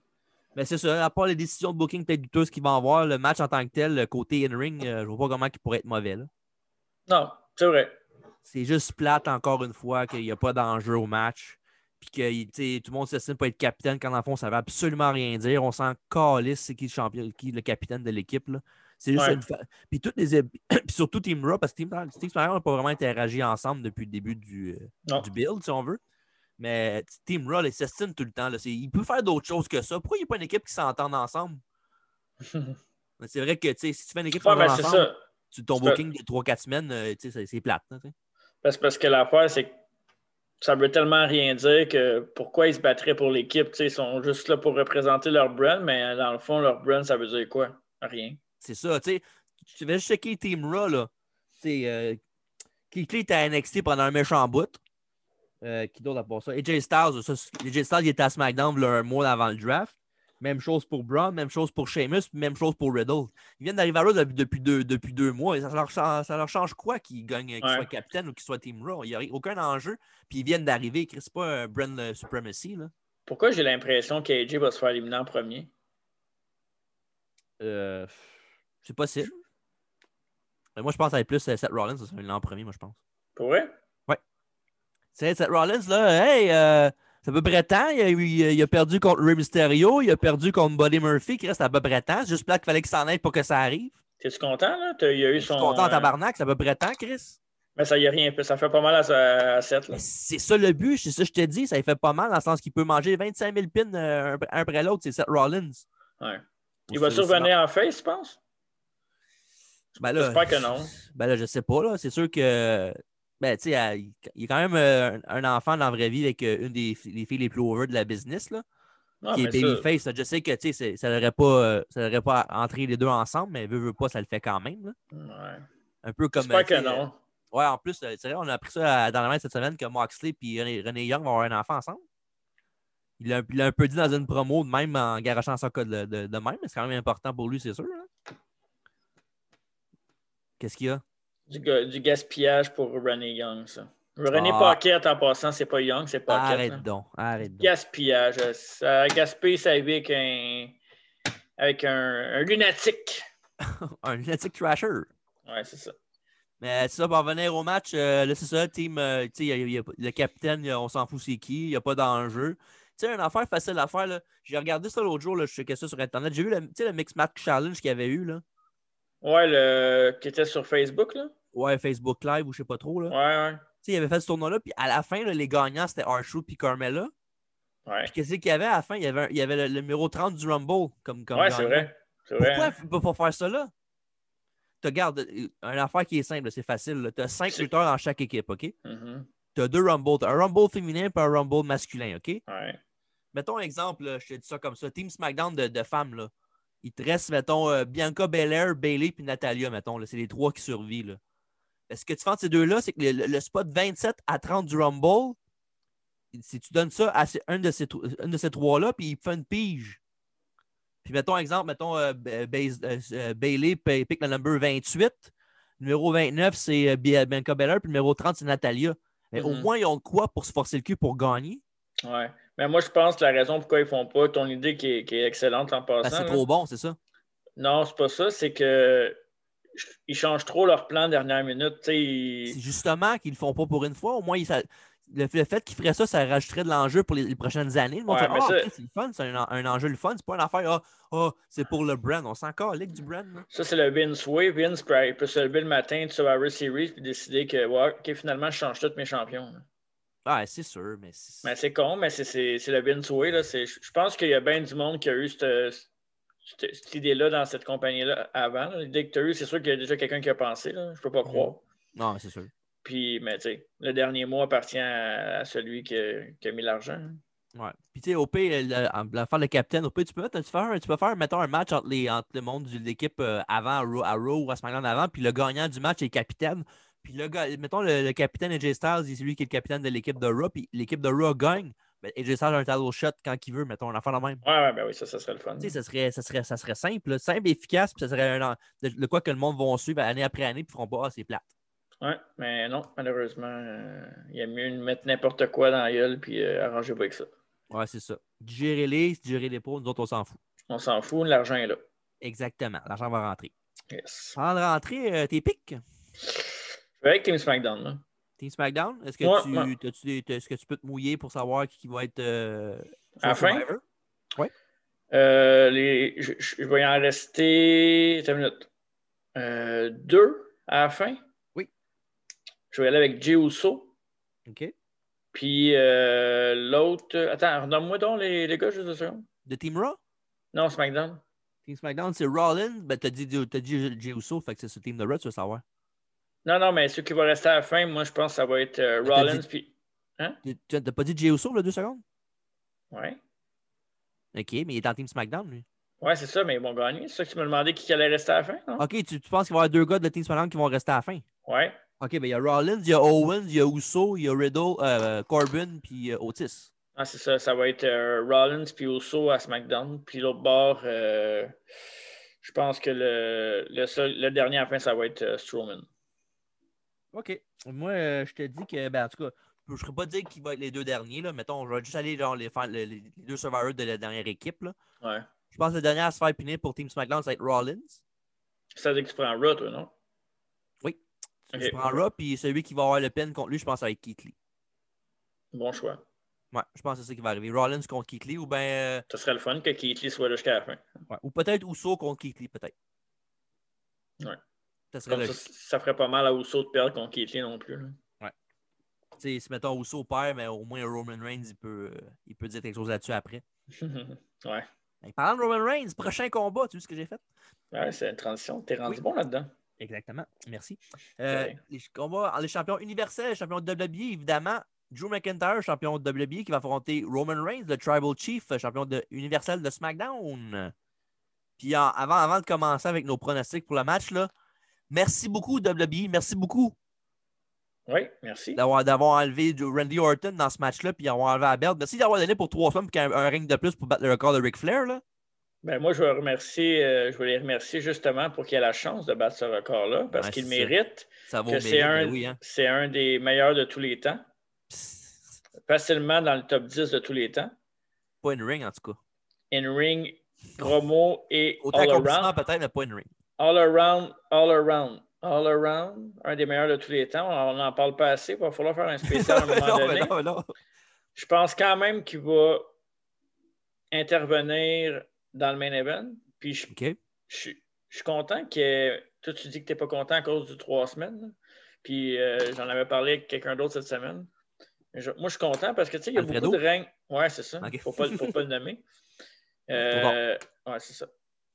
A: Mais c'est ça, à part les décisions de booking peut-être douteuses qu'ils vont avoir, le match en tant que tel, le côté in-ring, euh, je vois pas comment il pourrait être mauvais. là.
B: Non, c'est vrai.
A: C'est juste plate, encore une fois, qu'il n'y a pas d'enjeu au match. Puis que il- tu sais, tout le monde s'estime pas être capitaine quand, dans le fond, ça veut absolument rien dire. On s'en calisse, c'est qui le champion, qui est le capitaine de l'équipe. là. C'est juste
B: Ouais.
A: une fa- Puis toutes les. é- Puis surtout Team Raw, parce que Team, Team SmackDown n'a pas vraiment interagi ensemble depuis le début du, euh,
B: Non.
A: du build, si on veut. Mais t- Team Raw, ils s'estiment tout le temps. là. C'est- Il peut faire d'autres choses que ça. Pourquoi il n'y a pas une équipe qui s'entende ensemble? Mais C'est vrai que tu sais, si tu fais une équipe qui
B: Ouais, ben,
A: s'entend
B: c'est
A: ensemble,
B: ça.
A: tu ton
B: C'est ça.
A: booking de 3-4 semaines, euh, tu sais, c'est c'est plate. hein, tu sais.
B: Parce, parce que l'affaire, c'est que ça veut tellement rien dire que pourquoi ils se battraient pour l'équipe. tu sais, Ils sont juste là pour représenter leur brand, mais dans le fond, leur brand, ça veut dire quoi? Rien.
A: C'est ça, tu sais. Tu vas juste checker Team Raw, là. Tu sais, euh, Keith Lee était à NXT pendant un méchant bout. Euh, qui d'autre à part ça? AJ Styles, ça, c'est- AJ Styles, il était à SmackDown là, un mois avant le draft. Même chose pour Braun, même chose pour Sheamus, puis même chose pour Riddle. Ils viennent d'arriver à Raw depuis, depuis deux, depuis deux mois. Et ça, leur, cha- ça leur change quoi qu'ils gagnent, qu'ils
B: Ouais.
A: soient capitaine ou qu'ils soient Team Raw? Il n'y a ri- aucun enjeu. Puis ils viennent d'arriver. Chris, c'est pas un brand euh, supremacy, là.
B: Pourquoi j'ai l'impression qu'AJ va se faire éliminer en premier?
A: Euh, c'est possible. Mais moi, je pense que ça va être plus euh, Seth Rollins, ça serait l'an premier, moi, je pense.
B: Pour vrai?
A: Tu sais, Seth Rollins, là, hey, euh, c'est à peu près temps. Il a, eu- il a- il a perdu contre Rey Mysterio, il a perdu contre Buddy Murphy, qui reste à peu près temps. C'est juste plate qu'il fallait qu'il s'en aille pour que ça arrive.
B: T'es-tu content, là? T'as- Il a
A: Je
B: eu
A: suis
B: son.
A: content,
B: euh,
A: tabarnak, c'est à peu près temps, Chris.
B: mais ça y a rien. Ça fait pas mal à, sa- à 7. Là.
A: Mais C'est ça le but, c'est ça que je te dis. Ça lui fait pas mal dans le sens qu'il peut manger 25 000 pins euh, un, un après l'autre, c'est Seth Rollins.
B: Ouais.
A: Ou
B: Il va
A: c'est- c'est
B: survenir en face, tu penses?
A: Ben là,
B: J'espère que non.
A: Ben là, je sais pas, là. C'est sûr que. Ben, tu sais, elle- il il est quand même euh, un un enfant dans la vraie vie avec euh, une des fi- les filles les plus over de la business, là.
B: Non,
A: qui est
B: Ah, mais ça-
A: Babyface. là. Je sais que tu sais, c'est- ça n'aurait pas, euh, ça l'aurait pas entré les deux ensemble, mais veut, veut pas, ça le fait quand même. là.
B: Ouais.
A: Un peu comme. euh,
B: J'espère
A: tu
B: que
A: sais, euh,
B: non.
A: Ouais, en plus, euh, c'est vrai, on a appris ça à- dans la main cette semaine que Moxley et René, René Young vont avoir un enfant ensemble. Il l'a il l'a un peu dit dans une promo, de même en garochant ça de, de, de même, mais c'est quand même important pour lui, c'est sûr. hein. Qu'est-ce qu'il y a?
B: Du, ga- du gaspillage pour René Young, ça. René
A: Ah.
B: Paquette, en passant, c'est pas Young, c'est Paquette.
A: Arrête
B: là.
A: donc, arrête donc.
B: Gaspillage. euh, Ça a gaspillé sa vie avec un, avec un, un lunatique.
A: Un lunatic trasher.
B: Ouais, c'est ça.
A: Mais c'est ça, pour en revenir au match, euh, là, c'est ça, team, euh, tu sais, y a- y a- le capitaine, y a- on s'en fout c'est qui, il n'y a pas d'enjeu. Tu sais, une affaire facile à faire, là. J'ai regardé ça l'autre jour, là, je checkais ça sur Internet. J'ai vu le, tu sais, le Mix Match Challenge qu'il y avait eu, là.
B: Ouais, le, qui était sur Facebook, là.
A: Ouais, Facebook Live ou je sais pas trop. Là.
B: Ouais, ouais.
A: Tu sais, Il avait fait ce tournoi-là, puis à la fin, là, les gagnants, c'était Archou puis Carmella.
B: Ouais,
A: Puis qu'est-ce qu'il y avait à la fin? Il y avait, un- il y avait le, le numéro 30 du Rumble comme, comme
B: ouais
A: gagnant.
B: c'est vrai. C'est vrai. hein.
A: Pourquoi ne pas faire ça là? Tu regardes, une affaire qui est simple, c'est facile. Tu as 5
B: C'est-
A: lutteurs dans chaque équipe, OK?
B: Mhm.
A: Tu as deux Rumble. T'as un Rumble féminin et un Rumble masculin, OK?
B: Ouais.
A: Mettons un exemple, là, je te dis ça comme ça. Team SmackDown de, de femmes, là. Il te reste, mettons, euh, Bianca Belair, Bailey puis Natalia, mettons. là. C'est les trois qui survivent. Là. Ben, Ce que tu fais entre ces deux-là, c'est que le, le- le spot 27 à 30 du Rumble, si tu donnes ça à ces- un de ces, tro- un de ces trois-là, puis il fait une pige. Puis mettons exemple, mettons euh, Ba- Bais- euh, euh, Bailey pi- pick le number 28. Numéro 29, c'est euh, Bi- Bianca Belair, puis numéro 30, c'est Natalia. Mais au
B: Mhm.
A: moins, ils ont de quoi pour se forcer le cul pour gagner.
B: Ouais. Mais moi, je pense que la raison pourquoi ils font pas, ton idée qui est, qui est excellente en
A: Ben,
B: passant.
A: c'est
B: là.
A: trop bon, c'est ça.
B: Non, c'est pas ça, c'est que ch- ils changent trop leur plan dernière minute. tu sais,
A: C'est
B: ils-
A: justement qu'ils le font pas pour une fois. Au moins, ils- ça- le, le fait qu'ils feraient ça, ça rajouterait de l'enjeu pour les, les prochaines années. Le monde
B: Ouais,
A: fait,
B: mais
A: Ah,
B: ça-
A: ok, c'est le fun, c'est un, en- un enjeu le fun. C'est pas une affaire, ah, ah, c'est pour le brand. On s'en ligue du brand. là.
B: Ça, c'est le Vince Way. Vince peut peut se lever le matin de Survivor Series puis décider que ouais, ok, finalement, je change tous mes champions. là.
A: Ouais, c'est sûr, mais c'est-
B: Mais c'est con, mais c'est- c'est c'est le Vince Way. là. C'est- Je je pense qu'il y a bien du monde qui a eu cette, cette- cette idée-là dans cette compagnie-là avant. là. L'idée que tu as eue, c'est sûr qu'il y a déjà quelqu'un qui a pensé. Là. Je peux
A: Mm-hmm.
B: pas croire.
A: non, c'est sûr.
B: Puis, mais tu sais, le dernier mot appartient à, à celui qui a, qui a mis l'argent. hein.
A: Ouais. Puis, tu sais, au pire, le- en- l'affaire de capitaine, au pire, tu peux, mettre- tu, peux faire, tu peux faire, mettons, un match entre, les, entre le monde de l'équipe euh, avant, à Raw, à Raw ou à SmackDown avant, puis le gagnant du match est capitaine. Puis, le gars, mettons, le, le capitaine AJ Styles, il- c'est lui qui est le capitaine de l'équipe de Raw, puis l'équipe de Raw gagne. Mais AJ Styles a un title shot quand il veut, mettons, on en fait la même.
B: Ouais, ouais, ben oui, ça, ça serait le fun.
A: Tu sais, ça serait, ça, serait, ça serait simple, là, simple, efficace, puis ça serait un, en- de, de quoi que le monde va suivre année après année, puis feront pas, ah, c'est plate.
B: Ouais, mais non, malheureusement, euh, il y a mieux de mettre n'importe quoi dans la gueule puis euh, arranger pas avec ça.
A: Ouais, c'est ça. Digérez-les, digérez-les pas, nous autres, on s'en fout.
B: On s'en fout, l'argent est là.
A: Exactement, l'argent va rentrer.
B: Yes.
A: Avant de rentrer, euh, tes pics,
B: Je vais avec Team SmackDown. là.
A: Team SmackDown, est-ce que,
B: Ouais,
A: tu,
B: ouais.
A: t'as-tu des- t'as- est-ce que tu peux te mouiller pour savoir qui, qui va être. euh, sur
B: À la fin?
A: Survivor?
B: Euh, les, je, je- je vais en rester. Attends une minute. Euh, deux à la fin.
A: Oui.
B: Je vais aller avec Jey Uso.
A: OK.
B: Puis euh, l'autre. Attends, renomme-moi donc les, les gars, juste deux secondes.
A: De Team Raw?
B: Non, SmackDown.
A: Team SmackDown, c'est Rollins. Ben, t'as dit, t'as dit Jey Uso, fait que c'est sur Team de Raw, tu veux savoir.
B: Non, non, mais ceux qui vont rester à la fin, moi, je pense que ça va être euh,
A: Ah, t'as
B: Rollins.
A: dit-
B: Puis.
A: Tu- tu- T'as pas dit Jey Uso, là, deux secondes?
B: Ouais.
A: OK, mais il est en Team SmackDown, lui.
B: Ouais, c'est ça, mais ils vont gagner. C'est ça que tu me demandais qui allait rester à la fin, non?
A: OK, tu, tu penses qu'il va y avoir deux gars de Team SmackDown qui vont rester à la fin?
B: Ouais.
A: OK, ben il y a Rollins, il y a Owens, il y a Uso, il y a Riddle, euh, Corbin, puis euh, Otis.
B: Ah, c'est ça. Ça va être euh, Rollins puis Uso à SmackDown. Puis l'autre bord, euh, je pense que le, le, seul- le dernier à la fin, ça va être euh, Strowman.
A: OK. Moi, euh, je te dis que, ben, en tout cas, je ne serais pas dire qui va être les deux derniers. Là. Mettons, je vais juste aller genre, les, faire- les- les deux survivors de la dernière équipe. Là.
B: Ouais.
A: Je pense que le dernier à se faire punir pour Team SmackDown, ça va être Rollins.
B: Ça veut dire que tu prends Raw, toi, non?
A: Je
B: Ok.
A: prends Raw, puis celui qui va avoir le pin contre lui, je pense que ça va être Keith Lee.
B: Bon choix.
A: Ouais, je pense que c'est ça qui va arriver. Rollins contre Keith Lee, ou ben, euh,
B: Ce serait le fun que Keith Lee soit là jusqu'à la fin.
A: ouais, ou peut-être Uso contre Keith Lee, peut-être.
B: Ouais.
A: Ça serait
B: Comme
A: le
B: ça, ça ferait pas mal à Uso de perdre contre Keith Lee non plus. là.
A: T'sais, si mettons Uso perd, mais au moins Roman Reigns, il peut, euh, il peut dire quelque chose là-dessus après.
B: ouais.
A: Hey, parlant de Roman Reigns, prochain combat, tu sais ce que j'ai fait?
B: Ouais, c'est une transition. T'es rendu
A: Oui.
B: bon là-dedans.
A: Exactement, merci. Euh,
B: Ouais.
A: les combats, les champions universels, champion de WWE, évidemment. Drew McIntyre, champion de WWE, qui va affronter Roman Reigns, le Tribal Chief, champion de, universel de SmackDown. Puis en- avant, avant de commencer avec nos pronostics pour le match, là, merci beaucoup WWE, merci beaucoup
B: Oui, merci.
A: d'avoir, d'avoir enlevé du- Randy Orton dans ce match-là, puis avoir enlevé la belt. Merci d'avoir donné pour trois semaines, puis un, un ring de plus pour battre le record de Ric Flair. Là.
B: Ben, moi, je veux, remercier, euh, je veux les remercier justement pour qu'il ait la chance de battre ce record-là parce
A: Ouais,
B: qu'il
A: c'est ça.
B: mérite.
A: Ça vaut
B: Que c'est un-
A: oui, hein.
B: C'est un des meilleurs de tous les temps.
A: Psst,
B: Facilement dans le top 10 de tous les temps.
A: Pas une ring, en tout cas.
B: In-ring, promo et
A: Autant
B: all
A: accomplissement,
B: around.
A: peut-être, mais pas une ring.
B: All around, all around, all around. Un des meilleurs de tous les temps. On n'en parle pas assez. Il va falloir faire un spécial à un moment
A: Non,
B: donné.
A: mais non, non.
B: Je pense quand même qu'il va intervenir dans le main event. Puis je,
A: OK.
B: je- je suis content qu'il ait Toi, tu dis que tu n'es pas content à cause du trois semaines. là. Puis euh, j'en avais parlé avec quelqu'un d'autre cette semaine. Mais je- moi, je suis content parce que tu sais, il y a
A: Alfredo?
B: beaucoup de règnes. Ouais, c'est ça.
A: Ok.
B: Faut pas, le- faut pas le nommer. Euh, ouais, c'est ça.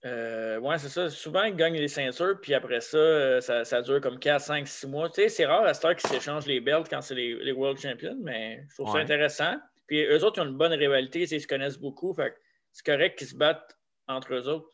B: Euh, ouais, c'est ça. Souvent, ils gagnent les ceintures, puis après ça, euh, ça, ça dure comme 4, 5, 6 mois. Tu sais, c'est rare à cette heure qu'ils s'échangent les belts quand c'est les, les World Champions, mais je trouve
A: Ouais.
B: ça intéressant. Puis eux autres, ils ont une bonne rivalité, tu sais, ils se connaissent beaucoup. Fait que c'est correct qu'ils se battent entre eux autres.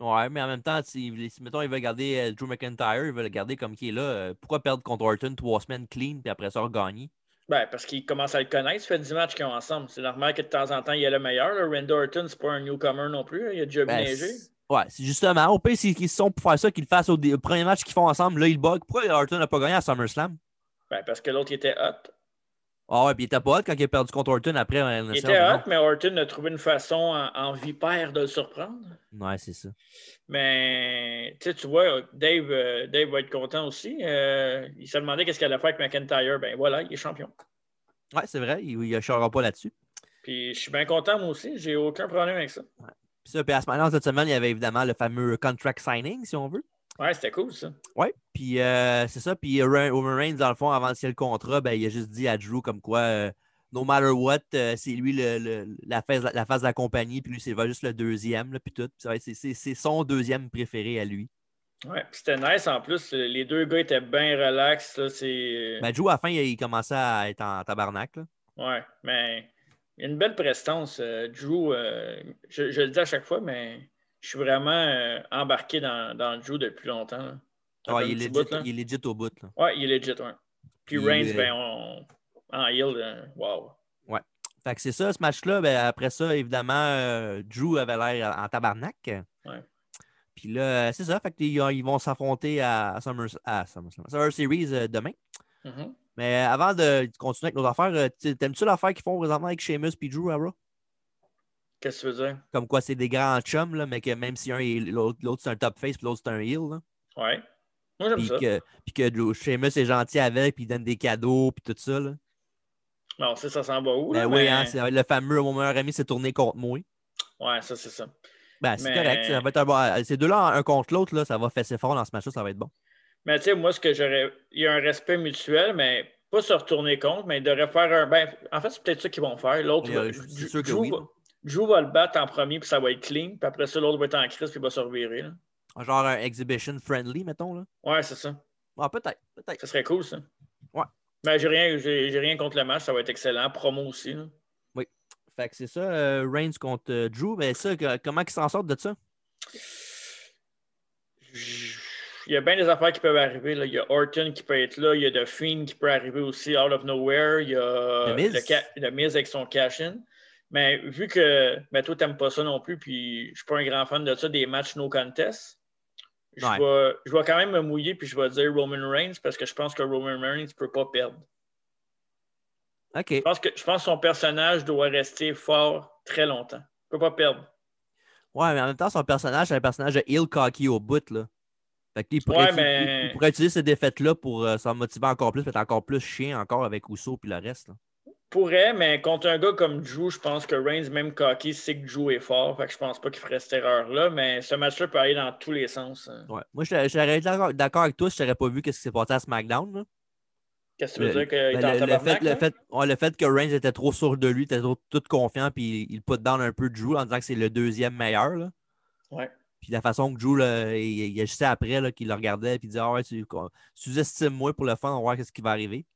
A: Ouais, mais en même temps, si, si, mettons, ils veulent garder euh, Drew McIntyre, ils veulent le garder comme qui est là. euh, pourquoi perdre contre Orton trois semaines clean puis après ça regagner?
B: Ben, parce qu'ils commencent à le connaître. Ça fait 10 matchs qu'ils ont ensemble. C'est normal que de temps en temps, il y a le meilleur. là. Randy Orton, c'est pas un newcomer non plus. hein. Il a déjà
A: Ben,
B: négé.
A: c'est- ouais, c'est justement. Au pire, s'ils s'ils sont pour faire ça, qu'ils le fassent au, dé- au premier match qu'ils font ensemble, là, ils bug. Pourquoi Orton n'a pas gagné à SummerSlam?
B: Ben, parce que l'autre, il était hot.
A: Ah ouais, puis il était pas hot quand il a perdu contre Orton après. euh,
B: Il
A: c'est
B: était
A: là,
B: hot, mais Orton a trouvé une façon en, en vipère de le surprendre.
A: non. Ouais, c'est ça.
B: Mais tu sais, tu vois, Dave, euh, Dave va être content aussi. Euh, il se demandait qu'est-ce qu'il allait faire avec McIntyre. Ben voilà, il est champion.
A: Ouais, c'est vrai, il ne chialera pas là-dessus.
B: Puis je suis bien content, moi aussi. J'ai aucun problème avec ça.
A: Puis ça, puis à ce moment-là, cette semaine, il y avait évidemment le fameux contract signing, si on veut.
B: Ouais, c'était cool, ça.
A: Ouais, puis euh, c'est ça. Puis Ra- Roman Reigns, dans le fond, avant de signer le contrat, ben, il a juste dit à Drew comme quoi, euh, no matter what, euh, c'est lui le- le- la, face, la face de la compagnie, puis lui, c'est va juste le deuxième, là, puis tout. Puis c'est vrai, c'est- c'est c'est son deuxième préféré à lui.
B: Ouais, puis c'était nice en plus. Les deux gars étaient bien relax. Là, c'est...
A: Ben, Drew, à la fin, il, il commençait à être en tabarnak. là.
B: Ouais, mais une belle prestance. euh, Drew, euh, je, je le dis à chaque fois, mais je suis vraiment euh, embarqué dans, dans Drew depuis longtemps. là. Ça
A: Ouais, Ah,
B: fait un
A: il, est
B: petit
A: legit,
B: bout, là.
A: il est legit au bout. là.
B: Ouais, il est legit, ouais. Puis
A: Puis,
B: Reigns,
A: euh,
B: ben, on... en heel, euh, wow.
A: Fait que c'est ça, ce match-là. Ben, après ça, évidemment, euh, Drew avait l'air en tabarnak.
B: Ouais.
A: Puis là, c'est ça. Fait que ils, ont- ils vont s'affronter à Summer, à Summer, Summer Series euh, demain.
B: Mhm.
A: Mais euh, avant de continuer avec nos affaires, euh, tu- t'aimes-tu l'affaire qu'ils font présentement avec Sheamus et Drew à Raw?
B: Qu'est-ce que tu veux dire?
A: Comme quoi, c'est des grands chums, là, mais que même si un est l'autre, l'autre c'est un top face puis l'autre c'est un heel. là.
B: Ouais. Moi, j'aime
A: Puis
B: ça.
A: que, puis que Drew- Sheamus est gentil avec, puis il donne des cadeaux, puis tout ça. Là.
B: Non, ça, ça s'en va où?
A: Ben
B: là,
A: oui,
B: mais-
A: hein, c'est le fameux Mon meilleur ami s'est tourné contre moi.
B: Ouais, ça, c'est ça.
A: Ben, c'est
B: Mais-
A: correct. Ça va être un bon- Ces deux-là, un contre l'autre, là, ça va fesser fort dans ce match-là, ça va être bon.
B: Mais tu sais, moi, ce que j'aurais. Il y a un respect mutuel, mais pas se retourner contre, mais ils devraient faire un. Ben, en fait, c'est peut-être ça qu'ils vont faire. L'autre.
A: Il y a-
B: va-
A: c'est
B: Drew-
A: sûr que
B: Drew
A: oui,
B: va-
A: là.
B: Drew va le battre en premier, puis ça va être clean. Puis après ça, l'autre va être en crise, puis il va se revirer. là.
A: Genre un exhibition friendly, mettons. Là.
B: Ouais, c'est ça.
A: Ah, peut-être, peut-être.
B: Ça serait cool, ça.
A: Ouais.
B: Mais j'ai rien, j'ai j'ai rien contre le match, ça va être excellent. Promo aussi. là.
A: Fait que c'est ça, euh, Reigns contre euh, Drew. Mais ça, que- comment ils s'en sortent de ça?
B: J- Il y a bien des affaires qui peuvent arriver. Là. Il y a Orton qui peut être là. Il y a The Fiend qui peut arriver aussi, out of nowhere. Il y a
A: The Miz.
B: le, ca- le Miz avec son cash-in. Mais vu que mais toi, tu n'aimes pas ça non plus, puis je ne suis pas un grand fan de ça, des matchs no contest, je,
A: Ouais.
B: vais, je vais quand même me mouiller puis je vais dire Roman Reigns parce que je pense que Roman Reigns ne peut pas perdre.
A: OK.
B: Je pense, que, je pense que son personnage doit rester fort très longtemps. Il ne peut pas perdre.
A: Ouais, mais en même temps, son personnage, c'est un personnage de heel cocky au bout, là. Fait que, il, pourrait, uti-
B: Ouais,
A: il-
B: mais-
A: il pourrait utiliser ces défaites-là pour euh, s'en motiver encore plus, puis être encore plus chien encore avec Uso puis le reste. là.
B: Pourrait, mais contre un gars comme Drew, je pense que Reigns, même Cocky, sait que Drew est fort. Fait que je pense pas qu'il ferait cette erreur-là. Mais ce match-là peut aller dans tous les sens. hein.
A: Ouais. Moi, je serais été d'accord- d'accord avec toi si je n'aurais pas vu quest ce qui s'est passé à SmackDown. là.
B: Qu'est-ce que tu veux
A: Le-
B: dire qu'il
A: Ben,
B: euh, est en
A: le, le
B: tabarnak?
A: fait, le,
B: là?
A: fait, ouais, le fait que Reigns était trop sûr de lui, était trop, tout confiant, puis il, il put down un peu Drew en disant que c'est le deuxième meilleur. Là.
B: Ouais.
A: Puis la façon que Drew là, il, il agissait après, là, qu'il le regardait, puis il disait Ah ouais, tu qu'on- sous-estime-moi pour le fun, on va voir ce qui va arriver.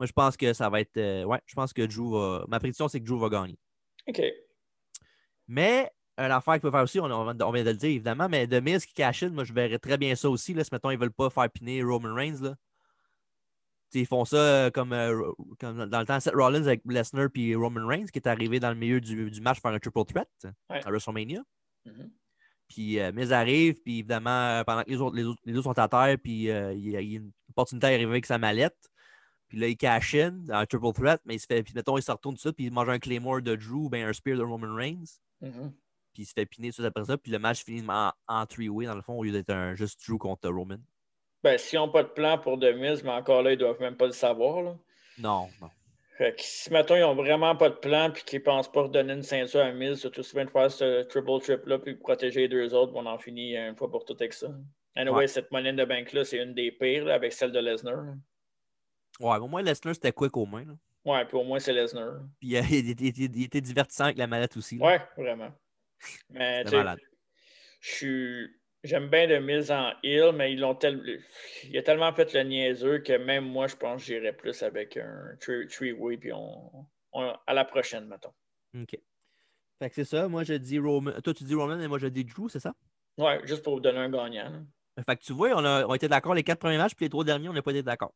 A: Moi, je pense que ça va être. euh, ouais, je pense que Drew va. Ma prédiction, c'est que Drew va gagner.
B: OK.
A: Mais euh, une affaire qu'ils peuvent faire aussi, on, on vient- on vient de le dire évidemment, mais de Miz qui cache moi je verrais très bien ça aussi. Là, si mettons, ils veulent pas faire piner Roman Reigns. Là. Tu sais, Ils font ça euh, comme, euh, Ro- comme dans- dans le temps Seth Rollins avec Lesnar puis Roman Reigns qui est arrivé dans le milieu du, du match faire un triple threat
B: Ouais.
A: à WrestleMania.
B: Mhm.
A: Puis euh, Miz arrive, puis évidemment, euh, pendant que les, autres, les, autres- les deux sont à terre, puis euh, il y a il y a une opportunité d'arriver avec sa mallette. Puis là, il cash in dans un triple threat, mais il se fait, puis mettons, il se retourne tout de suite, puis il mange un Claymore de Drew, ben un Spear de Roman Reigns
B: Mhm.
A: puis il se fait piner tout de suite après ça, puis le match finit en, en three-way dans le fond au lieu d'être un juste Drew contre Roman.
B: Ben, s'ils n'ont pas de plan pour The Miz, mais encore là, ils doivent même pas le savoir. Là.
A: Non, non.
B: Fait que si maintenant ils n'ont vraiment pas de plan puis qu'ils pensent pas redonner une ceinture à Miz, c'est tout aussi bien de faire ce triple trip là puis de protéger les deux autres, puis on en finit une fois pour tout avec ça. Anyway,
A: Ouais.
B: cette monnaie de banque-là, c'est une des pires là, avec celle de Lesnar. là.
A: Ouais, au moins Lesnar, c'était quick aux mains. là.
B: Ouais, puis au moins, c'est Lesnar.
A: Puis euh, il, était- il était- il était divertissant avec la mallette aussi. là.
B: Ouais, vraiment. Mais
A: C'était
B: tu sais,
A: malade.
B: je suis. J'aime bien de mise en Hill, mais ils l'ont tellement. Il a tellement fait le niaiseux que même moi, je pense que j'irais plus avec un three- three-way, puis on... on- à la prochaine, mettons.
A: OK. Fait que c'est ça. Moi, je dis Roman. Toi, tu dis Roman et moi, je dis Drew, c'est ça?
B: Ouais, juste pour vous donner un gagnant. là.
A: Fait que tu vois, on a, on a été d'accord les quatre premiers matchs, puis les trois derniers, on n'a pas été d'accord.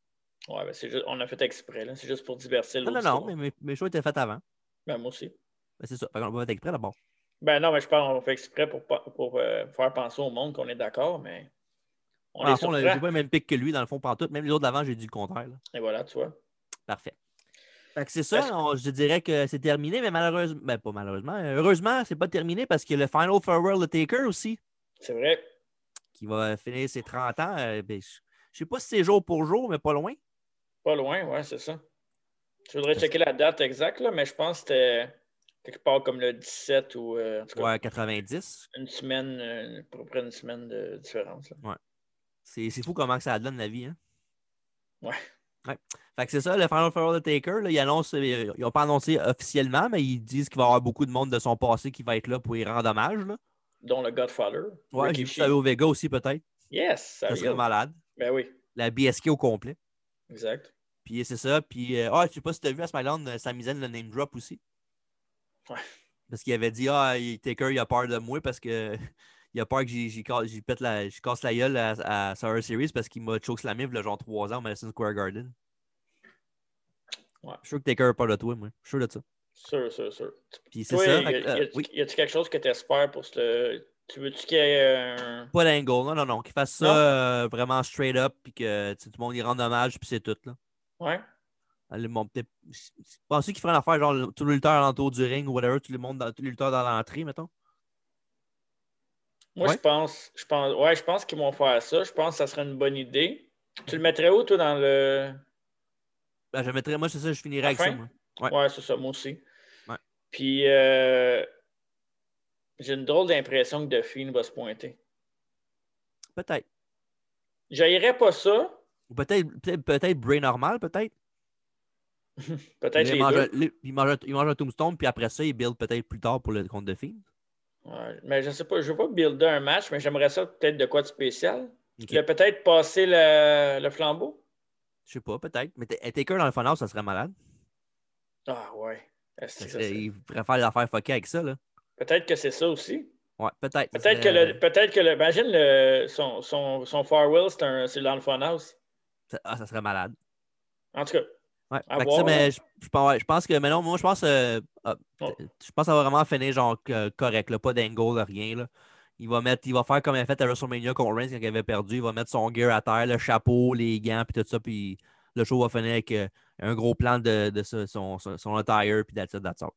B: Ouais, ben c'est juste... on a fait exprès, là. C'est juste pour divertir
A: Non, non,
B: l'auditoire.
A: non, mais mes, mes shows étaient faits avant.
B: Ben, moi aussi.
A: Ben, c'est ça. Fait qu'on va être exprès d'abord.
B: Ben non, mais je parle, on fait exprès pour, pas- pour euh, faire penser au monde qu'on est d'accord, mais on
A: Dans
B: est
A: le fond, là,
B: surprend.
A: j'ai pas le même pic que lui, dans le fond, pantoute. Même les autres d'avant, j'ai dit le contraire. là.
B: Et voilà, tu vois.
A: Parfait. Fait que c'est ça,
B: Est-ce-
A: on- je dirais que c'est terminé, mais malheureusement, ben pas malheureusement, euh, heureusement, c'est pas terminé parce que le Final Farewell de Taker aussi,
B: C'est vrai.
A: qui va finir ses 30 ans, euh, ben, je je sais pas si c'est jour pour jour, mais pas loin.
B: Pas loin, ouais, c'est ça. Je voudrais checker la date exacte, là, mais je pense que c'était quelque part comme le 17 ou euh, en tout cas,
A: Ouais, 90.
B: une semaine, euh, à peu près une semaine de différence. là.
A: C'est c'est fou comment que ça donne la vie. Hein?
B: Ouais.
A: Ouais. Fait que c'est ça, le Final Farewell de Taker, là, ils annoncent, euh, ils n'ont pas annoncé officiellement, mais ils disent qu'il va y avoir beaucoup de monde de son passé qui va être là pour y rendre hommage. Là.
B: Dont le Godfather.
A: Ouais,
B: Ricky
A: j'ai vu
B: Shee.
A: ça au Vega aussi, peut-être.
B: Yes,
A: Ça
B: sérieux.
A: serait malade.
B: Ben oui,
A: La BSK au complet.
B: exact.
A: Puis c'est ça. Puis, euh, ah, je sais pas si tu as vu à SmackDown, euh, Sami Zayn le name drop aussi.
B: Ouais.
A: Parce qu'il avait dit, ah, il- Taker, il a peur de moi parce que il a peur que j'y j'y ca- j'y pète la, j'y casse la gueule à, à Survivor Series parce qu'il m'a chokeslamé il y a genre 3 ans au Madison Square Garden.
B: Ouais.
A: Je suis sûr que Taker a peur de toi, moi. Je suis sûr de ça.
B: Sûr, sûr, sûr.
A: Puis c'est
B: Toi,
A: ça.
B: y,
A: fait que, euh,
B: a- y a-tu-
A: oui,
B: y a-tu quelque chose que tu espères pour ce. Tu veux-tu qu'il y ait un.
A: pas d'angle. Non, non, non. Qu'il fasse
B: Non.
A: ça euh, vraiment straight up. Puis que tu sais, tout le monde y rende hommage. Puis c'est tout. Là.
B: Ouais?
A: Allez, mon peut-être- Je je pensais qu'il ferait une affaire genre tout le lutteur alentour du ring ou whatever, tout le monde dans, tout le lutteur dans l'entrée, mettons.
B: Moi,
A: Ouais.
B: je pense, je pense, ouais, je pense qu'ils vont faire ça. Je pense que ça serait une bonne idée. Tu le mettrais où, toi, dans le.
A: Ben, je mettrais, moi, c'est ça, je finirais
B: La
A: avec
B: fin?
A: ça. moi. Ouais.
B: Ouais, c'est ça, moi aussi.
A: Ouais.
B: Puis, euh, j'ai une drôle d'impression que The Fiend va se pointer.
A: Peut-être.
B: J'haïrais pas ça.
A: Ou peut-être peut-être peut Bray normal, peut-être.
B: Peut-être
A: Il,
B: les
A: mange
B: deux.
A: un- le- il mange un- il mange un tombstone, puis après ça, il build peut-être plus tard pour le compte de film.
B: Ouais, Mais je sais pas, je veux pas builder un match, mais j'aimerais ça peut-être de quoi de spécial.
A: Ok.
B: Il a peut-être passé le, le flambeau.
A: Je sais pas, peut-être. Mais t- Taker dans le final, ça serait malade.
B: Ah ouais. Est-ce
A: Ça
B: que ça
A: serait-
B: serait-
A: il pourrait faire l'affaire fuckée avec ça, là.
B: Peut-être que c'est ça aussi.
A: Ouais, peut-être. Ça
B: Peut-être que
A: serait-
B: le. Peut-être que le. Imagine le, son, son, son farewell, c'est un- c'est dans le funhouse.
A: ça- ah, ça serait malade.
B: En tout cas,
A: Ouais.
B: À
A: Fait que
B: voir, hein.
A: ça, mais je, je pense- ouais, je pense que, mais non, moi, je pense, euh, ah,
B: Oh.
A: je pense que ça va vraiment finir genre que- correct, là, pas d'angle, rien. Là. Il va mettre, il va faire comme il a fait à WrestleMania contre Reigns quand il avait perdu. Il va mettre son gear à terre, le chapeau, les gants, puis tout ça, puis le show va finir avec euh, un gros plan de, de ce- son, son, son attire, puis that's it, that's all.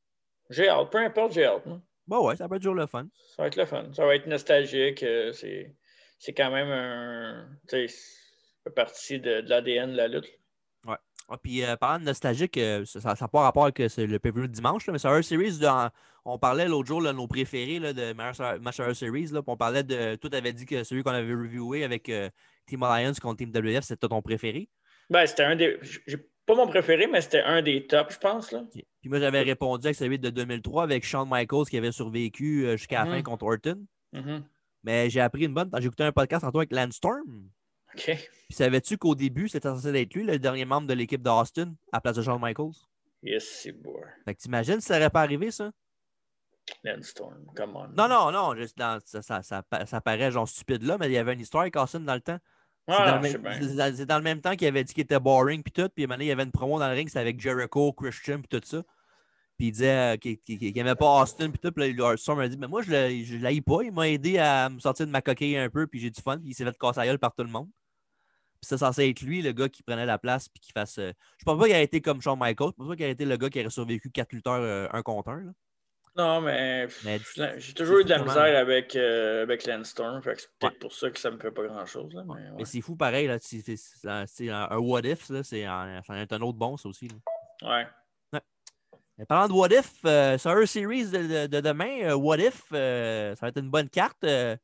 B: j'ai hâte. Peu importe, j'ai hâte. moi.
A: Bon, ouais, ça peut être toujours le fun.
B: Ça va être le fun. Ça va être nostalgique. euh, c'est, c'est quand même un. Tu sais, ça fait partie de, de l'ADN de la lutte.
A: Ah, puis euh, parlant de nostalgique, euh, ça n'a pas rapport avec euh, c'est le pay de dimanche, là, mais sur Earth Series, dans- on parlait l'autre jour là, nos préférés là, de meilleurs sur- match Earth Series. Là, puis on parlait de. Toi, t'avais dit que celui qu'on avait reviewé avec euh, Team Alliance contre Team WF, c'était ton préféré.
B: Ben, c'était un des. J'ai pas mon préféré, mais c'était un des tops, je pense. Là.
A: Puis moi, j'avais répondu avec celui de 2003 avec Shawn Michaels qui avait survécu euh, jusqu'à la fin
B: Mhm.
A: contre Orton.
B: Mhm.
A: Mais j'ai appris une bonne. J'ai écouté un podcast en toi avec Landstorm.
B: OK.
A: Puis savais-tu qu'au début, c'était censé être lui, le dernier membre de l'équipe d'Austin, à la place de Shawn Michaels?
B: Yes, c'est beau.
A: Fait que t'imagines si ça n'aurait pas arrivé, ça?
B: Landstorm, come on.
A: Non, non, non, juste dans- ça, ça, ça, pa- ça paraît genre stupide là, mais il y avait une histoire avec Austin dans le temps. C'est
B: Ah,
A: dans,
B: non,
A: le
B: je sais
A: même-
B: bien.
A: c'est dans- c'est dans le même temps qu'il avait dit qu'il était boring puis tout, puis à un moment donné, il y avait une promo dans le ring, c'était avec Jericho, Christian puis tout ça. Puis il disait euh, qu'il n'aimait pas Austin puis tout, puis là, il- Armstrong m'a dit mais moi je le je l'haïs pas, il m'a aidé à me sortir de ma coquille un peu puis j'ai du fun, puis il s'est fait casser la gueule par tout le monde. Puis ça censé être lui le gars qui prenait la place puis qui fasse euh, je pense pas qu'il a été comme Shawn Michaels, je pense pas qu'il a été le gars qui aurait survécu quatre lutteurs euh, un contre un là.
B: Non, mais. pff,
A: Mais-
B: je- J'ai toujours eu de la
A: c'est
B: misère
A: comment-
B: avec, euh, avec Landstorm. Fait que c'est peut-être pour ça que ça me fait pas grand-chose. Là, mais ouais.
A: Mais c'est fou pareil, là. C'est, c'est- c'est un- c'est un, un what if, là. C'est un, c'en est un autre bon, ça aussi. là.
B: Ouais.
A: Mais parlant de what if, euh, sur Earth Series de, de- de demain, euh, what if, euh, ça va être une bonne carte. euh,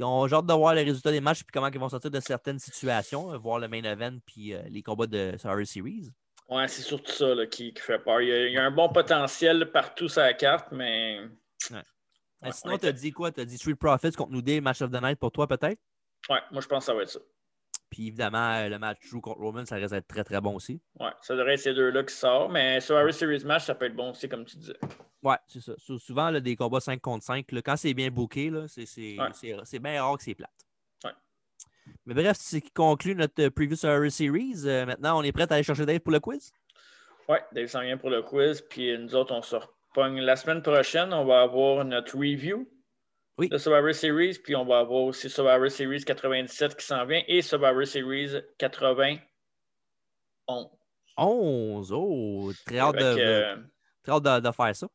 A: on, j'ai hâte de voir les résultats des matchs puis comment ils vont sortir de certaines situations, euh, voir le main event puis euh, les combats de Survivor Series. Euh,
B: Ouais, c'est surtout ça là, qui, qui fait peur. Il y, a, il y a un bon potentiel partout sur la carte, mais.
A: Euh,
B: Ouais,
A: sinon,
B: ouais,
A: tu as dit quoi? Tu as dit Street Profits contre New Day, Match of the Night pour toi peut-être?
B: Ouais, moi je pense que ça va être ça.
A: Puis évidemment, euh, le match Drew contre Roman, ça risque d'être très très bon aussi.
B: Ouais, ça devrait être ces deux-là qui sortent, mais Survivor Series match, ça peut être bon aussi, comme tu disais.
A: Ouais, c'est ça. Sou- Souvent, là, des combats 5 contre 5, là, quand c'est bien booké, là, c'est- c'est
B: Ouais.
A: c'est- c'est bien rare que c'est plate.
B: Ouais.
A: Mais bref, c'est ce qui conclut notre euh, preview Survivor Series. Euh, maintenant, on est prêt à aller chercher Dave pour le quiz?
B: Ouais, Dave s'en vient pour le quiz, puis nous autres, on se repogne la semaine prochaine. On va avoir notre review
A: Oui.
B: de Survivor Series, puis on va avoir aussi Survivor Series 97 qui s'en vient et Survivor Series 91.
A: 11! Oh! Très hâte,
B: Fait que,
A: de,
B: euh,
A: très hâte de- de faire ça.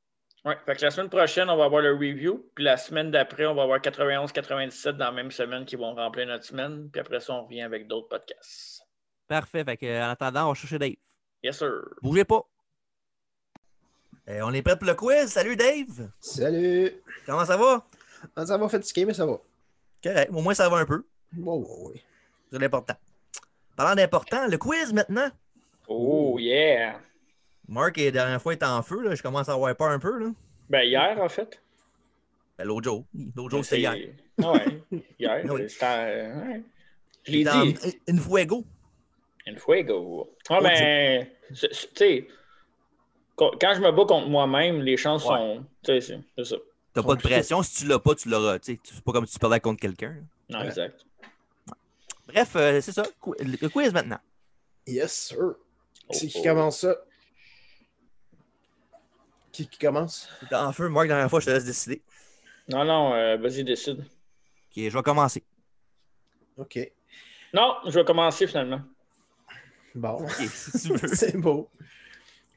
B: ouais, fait que la semaine prochaine, on va avoir le review, puis la semaine d'après, on va avoir 91-97 dans la même semaine qui vont remplir notre semaine, puis après ça, on revient avec d'autres podcasts.
A: Parfait. Fait que, euh, en attendant, on va chercher Dave.
B: Yes, sir.
A: Bougez pas! Euh, on est prêt pour le quiz. Salut Dave!
C: Salut!
A: Comment ça va?
C: Ah, Ça va fatigué, mais ça va.
A: Correct. Au moins, ça va un peu.
C: Ouais, ouais, ouais.
A: C'est l'important. Parlant d'important, le quiz maintenant.
B: Oh, yeah!
A: Marc, la dernière fois, était en feu. là. Je commence à avoir peur un peu. Là.
B: Ben, hier, en fait. Ah
A: Ben, l'autre jour. L'autre jour, c'était hier.
B: Ouais, hier.
A: Oui.
B: c'était, euh, ouais. Je l'ai
A: Dans-
B: dit.
A: Une fuego.
B: Une fois, go. Ah,
A: Oh,
B: ben, c'est- c'est- tu sais, quand quand je me bats contre moi-même, les chances
A: Ouais.
B: sont. Tu sais, c'est c'est ça.
A: T'as pas de pression. Si tu l'as pas, tu l'auras. Tu sais, C'est pas comme si tu parlais contre quelqu'un. là.
B: Non,
C: Ouais.
B: exact.
A: Bref, euh, c'est ça. Qu- Le quiz maintenant.
C: Yes, sir. C'est
B: Oh,
C: qui
B: oh.
C: commence ça? Qui, qui commence?
A: T'es en feu, Marc, la dernière fois, je te laisse décider.
B: Non, non, euh, vas-y, décide.
A: Ok, je vais commencer.
C: OK.
B: Non, je vais commencer finalement.
C: Bon,
A: Ok, si tu veux.
C: c'est beau.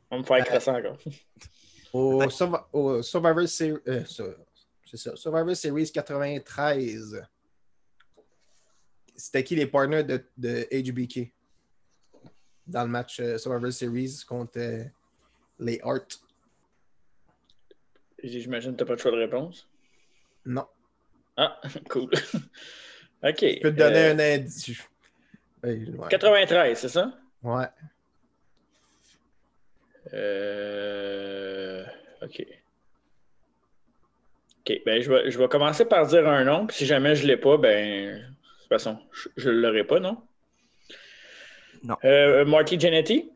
B: On va me faire crasser encore.
C: Au,
A: Attaque.
C: Survi- au Survivor Series... c'est ça. Survivor Series 93. C'était qui les partners de, de HBK? Dans le match euh, Survivor Series contre euh, les Hearts.
B: J'imagine que t'as pas de choix de réponse.
C: Non.
B: Ah, cool. OK.
C: Je peux te donner
B: euh,
C: un indice. Ouais, ouais.
B: 93, c'est ça?
C: Ouais.
B: Euh... OK. OK, ben je vais, je vais commencer par dire un nom, puis si jamais je l'ai pas, ben de toute façon, je- je ne l'aurai pas, non?
A: Non.
B: Euh, Marty Jannetty?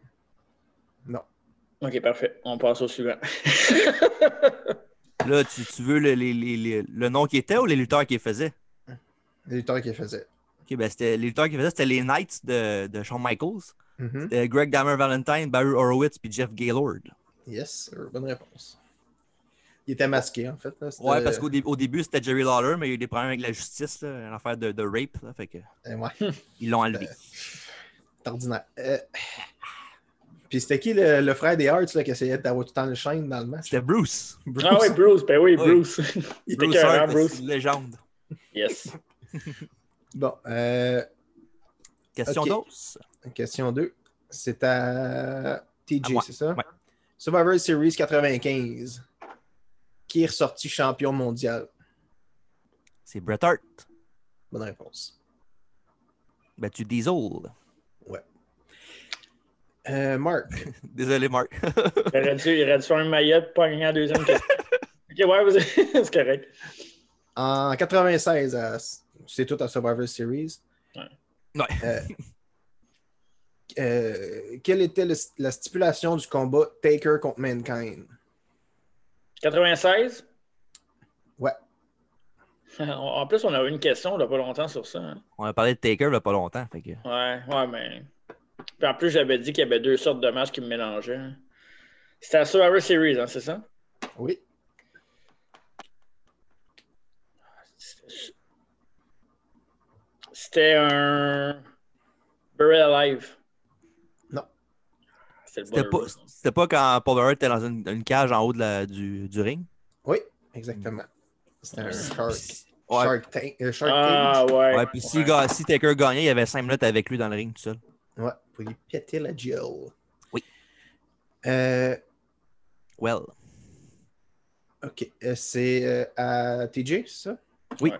C: Non.
B: OK, parfait. On passe au suivant.
A: Là, tu, tu veux le, les- les- les- le nom qui était ou les lutteurs qui faisaient?
C: Les lutteurs qui faisaient.
A: Ok, ben, c'était, les lutteurs qui faisaient, c'était les Knights de, de Shawn Michaels.
C: Mhm.
A: C'était Greg Dammer Valentine, Barry Horowitz, puis Jeff Gaylord.
C: Yes, sir. bonne réponse. Il était masqué, en fait. là. C'était-
A: Ouais, parce qu'au dé- au début, c'était Jerry Lawler, mais il y a eu des problèmes avec la justice, là, une affaire de, de rape. là, fait que
C: Eh, ouais,
A: ils l'ont enlevé.
C: c'est ordinaire. Euh, Puis c'était qui le, le frère des Hearts là, qui essayait d'avoir tout le temps le chaîne dans le match?
A: C'était Bruce.
B: Ah oui, Bruce. Ben oui,
A: Oui.
B: Bruce. Il était
A: Bruce
B: carrément
A: Hart,
B: Bruce.
A: c'est une légende.
B: Yes.
C: Bon, euh,
A: Question
C: Ok.
A: d'os.
C: question 2. C'est à
A: À
C: TJ,
A: moi.
C: c'est ça?
A: Ouais.
C: Survivor Series 95. Qui est ressorti champion mondial?
A: C'est Bret Hart.
C: Bonne réponse.
A: Battu Diesel.
C: Euh, Mark,
A: Désolé, Marc.
B: Il aurait dû, il aurait dû faire un maillot, pas gagner la deuxième question. OK, ouais, vas-y. c'est correct.
C: En 96, à- c'est tout à Survivor Series.
B: Ouais.
A: Ouais.
C: Euh, euh, quelle était le- la stipulation du combat Taker contre Mankind?
B: 96?
C: Ouais.
B: En plus, on a eu une question il n'y a pas longtemps sur ça. hein.
A: On a parlé de Taker il n'y a pas longtemps. Fait que...
B: Ouais, ouais, mais. Puis en plus, j'avais dit qu'il y avait deux sortes de matchs qui me mélangeaient. hein. C'était à Survivor Series, hein, c'est ça?
C: Oui.
B: C'était un. Buried Alive.
C: Non.
B: C'était le
A: C'était,
B: Buried
A: pas,
B: Alive.
A: c'était pas quand Paul Hart était dans une, une cage en haut de la- du, du ring.
C: Oui, exactement. C'était un Shark.
A: Ouais.
C: Shark Tank. euh, shark
B: Ah,
C: Cage.
B: ouais.
A: Ouais, puis si, ga- si Taker gagnait, il y avait 5 minutes avec lui dans le ring tout seul.
C: Ouais, pour lui péter la gueule.
A: Oui.
C: Euh,
A: Well.
C: ok. Euh, c'est euh, à TJ, c'est ça?
A: Oui.
B: Ouais.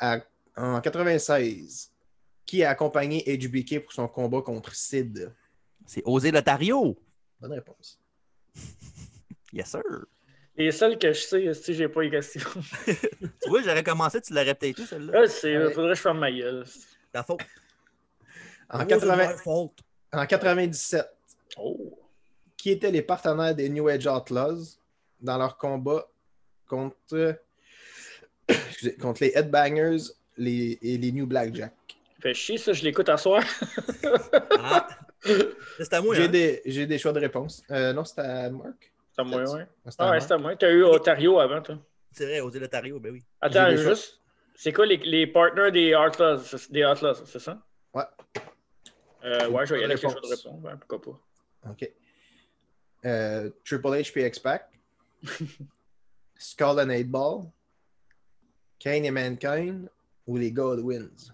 C: à- en 96 qui a accompagné HBK pour son combat contre Sid?
A: C'est Osé Lotario.
C: Bonne réponse.
A: Yes, sir.
B: Les seuls que je sais, si j'ai pas les questions.
A: Tu vois, j'aurais commencé, tu l'aurais peut-être eu, celle-là.
B: Là, c'est,
C: Ouais.
B: faudrait que je ferme ma gueule.
A: Ta faute.
C: En,
A: Oh, c'est
C: 80
A: ma faute.
C: en 97,
B: Oh.
C: qui étaient les partenaires des New Age Outlaws dans leur combat contre, euh, excusez, contre les Headbangers les- et les New Blackjack.
B: Fait chier, ça, je l'écoute à soir.
A: Ah. C'est à moi.
C: J'ai
A: hein.
C: des, j'ai des choix de réponse. Euh, non, c'était à Marc.
B: C'est à moi, ouais.
C: Ah, c'était à
B: Ah, ouais,
C: Marc.
B: c'est à moi. T'as eu Ontario avant, toi.
A: C'est vrai, Osé Lotario, ben oui.
B: Attends,
C: J'ai des
B: juste. C'est quoi les, les partners des Outlaws, c'est- des Outlaws, c'est ça?
C: Ouais.
B: Euh, ouais, je vais y aller avec les
C: Réponse.
B: choses de réponse. Ouais, pourquoi pas?
C: OK. Euh, Triple H puis X-Pac. Skull and 8 Ball. Kane et Mankind. Ou les Godwins.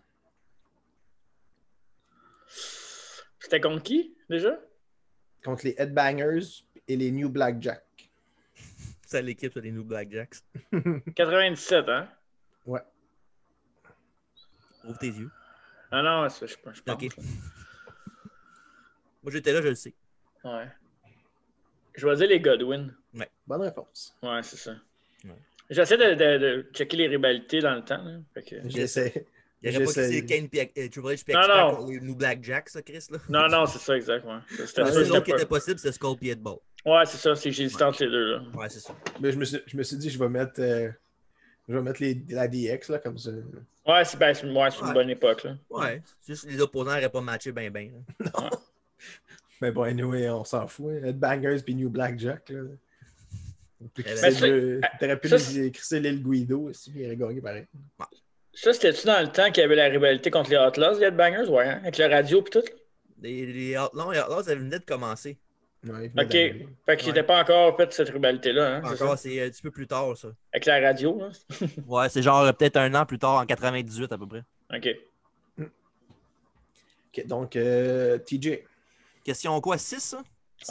B: C'était contre qui, déjà?
C: Contre les Headbangers et les New Blackjack.
A: C'est à l'équipe, ça, les New Blackjacks.
B: 97, hein?
A: Ouvre tes yeux.
B: Ah non, c'est- je, je pense.
A: Ok. Moi, j'étais là, je le sais.
B: Ouais. Je vais dire les Godwin.
C: Bonne réponse.
B: Ouais, c'est ça.
A: Ouais.
B: J'essaie de, de- de checker les rivalités dans le temps. là. Fait que-
C: J'essaie.
A: Il n'y aurait pas que
C: J'essaye.
A: c'est Kane puis euh, Triple H puis
B: Non,
A: X-Pac
B: non.
A: contre les New Blackjacks, ça, Chris, là.
B: Non, non, c'est ça, exactement. C'était
A: Le
B: ça,
A: seul
B: j'étais
A: autre qui
B: pas-
A: était possible, c'est Skull puis Headball.
B: Ouais, c'est ça, c'est que j'ai hésité entre les deux. Là.
A: Ouais, c'est ça.
C: Mais je me suis, je me suis dit, je vais mettre, euh, je vais mettre les, la DX, là, comme ça.
B: Ouais, c'est ben, c'est- ouais, c'est une
A: Ouais.
B: bonne époque. Là.
A: Ouais. C'est Juste que les opposants n'auraient pas matché ben ben. là.
C: Mais bon, anyway, on s'en fout. Hein. Bangers puis New Blackjack, là. Puis
A: Eh ben,
C: crisser
B: ça-
C: le- T'aurais pu
B: ça,
C: lui crisser l'île Guido aussi, il aurait gagné pareil.
B: Ça, c'était-tu dans le temps qu'il y avait la rivalité contre les Outlaws, les Headbangers? Ouais, hein, avec la radio et tout.
A: Les, les Outlaws, les Outlaws, ça venait de commencer.
C: Ouais, il venait
B: Ok.
C: d'arriver.
B: Fait qu'ils
A: Ouais.
B: n'étaient pas encore fait cette rivalité-là. Hein, c'est ça?
A: Encore, c'est un petit peu plus tard, ça.
B: Avec la radio. Là.
A: Ouais, c'est genre euh, peut-être un an plus tard, en 98 à peu près.
B: OK.
C: Ok, donc, euh, TJ,
A: Question quoi, 6, ça?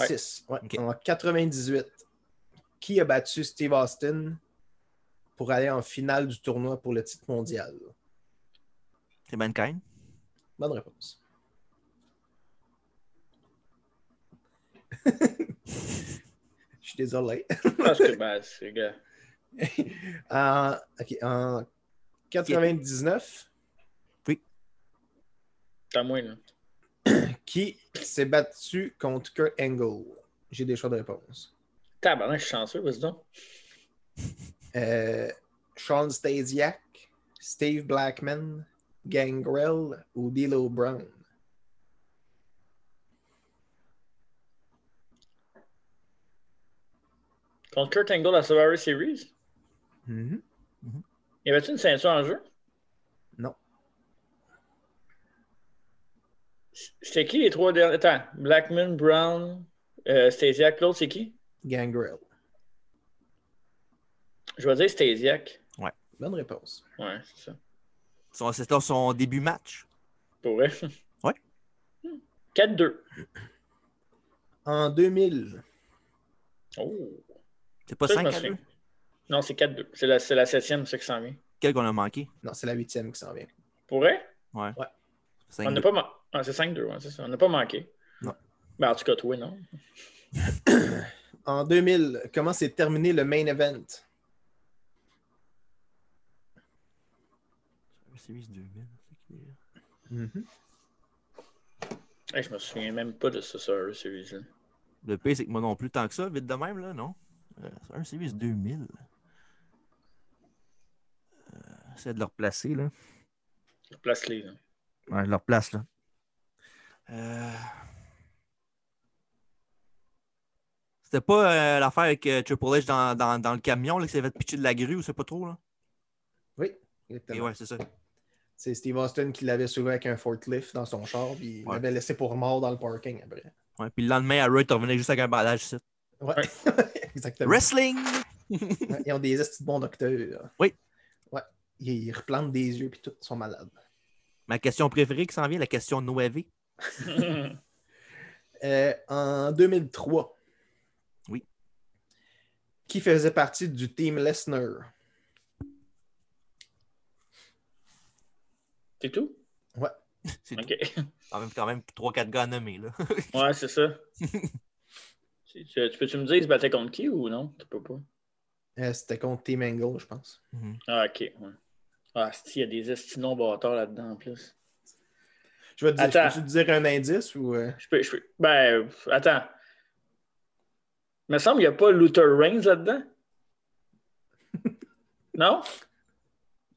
C: 6. Ouais.
A: Ok.
C: En 98, qui a battu Steve Austin pour aller en finale du tournoi pour le titre mondial?
A: C'est Mankind.
C: Bonne réponse. Je suis désolé.
B: Parce que, ben, c'est gars.
C: en, Euh, ok, en 99,
B: T'as moins, là.
C: qui s'est battu contre Kurt Angle? J'ai des choix de réponse.
B: Tabarnak, je suis chanceux, vas-y donc.
C: Euh, Sean Stasiak, Steve Blackman, Gangrel ou D'Lo Brown?
B: Contre Kurt Angle à Survivor Series,
C: Mhm.
B: y avait-tu une ceinture en jeu?
C: Non.
B: C'était qui les trois derniers? Attends, Blackman, Brown, euh, Stasiak, l'autre, c'est qui?
C: Gangrel.
B: Je vais dire Stasiak.
C: Bonne réponse.
B: Ouais, c'est ça.
A: Son- C'est son- son début match.
B: Pour vrai.
A: Ouais.
B: Hmm. 4-2.
C: En 2000,
B: Oh.
A: C'est pas
B: Ça, je
A: 5
B: me
A: à
B: souviens.
A: 2?
B: Non, c'est 4-2. C'est la, c'est la septième, ça qui s'en vient.
A: Quel qu'on a manqué?
C: non, c'est la huitième qui s'en vient.
B: Pour vrai?
A: Cinq
B: On n'a
A: deux.
B: pas manqué. c'est 5-2, ouais, c'est ça. On n'a pas manqué.
C: Non.
B: Ben, en tout cas, toi, non.
C: En 2000, comment s'est terminé le main event?
A: Series 2000, c'est qui, là?
C: Mhm.
B: Hey, je me souviens même pas de ça, Survivor Series. là.
A: Le pire, c'est que moi non plus tant que ça, vite de même, là, non? Euh, c'est un Series 2000. Euh, J'essaie de le replacer, là.
B: Place-les. là.
A: Ouais, je le replace, là. Euh, C'était pas euh, l'affaire avec euh, Triple H dans, dans- dans le camion, là, qui s'est fait pitcher de la grue, ou c'est pas trop, là?
C: Oui,
A: Et
C: exactement.
A: ouais, c'est ça.
C: C'est Steve Austin qui l'avait sauvé avec un forklift dans son char, puis il
A: Ouais.
C: l'avait laissé pour mort dans le parking après.
A: Ouais, puis le lendemain, à Raw, t'en revenais juste avec un bandage, c'est ça.
C: Ouais, exactement.
A: Wrestling!
C: Ouais, Ils ont des estis de bons docteurs.
A: Oui.
C: Ouais. Ils replantent des yeux, puis tout, ils sont malades.
A: Ma question préférée qui s'en vient, la question Noévé.
C: Euh, en 2003,
A: Oui.
C: qui faisait partie du team Lesnar?
B: C'est tout?
C: Ouais.
A: C'est tout.
B: OK.
A: Quand même, quand même 3-4 gars à nommer. Là.
B: Ouais, c'est ça. tu, tu- tu peux-tu me dire, ils se battaient contre qui ou non? Tu peux pas.
C: Euh, C'était contre Team Angle, je pense.
A: Mhm.
B: Ah, OK. ouais. Ah, esti, il y a des estinons bâtards là-dedans en plus.
C: Je vais te dire,
B: Attends.
C: peux-tu te dire un indice ou. euh,
B: Je peux, je peux. Ben, pff, attends. Il me semble qu'il n'y a pas Luther Reigns là-dedans. non?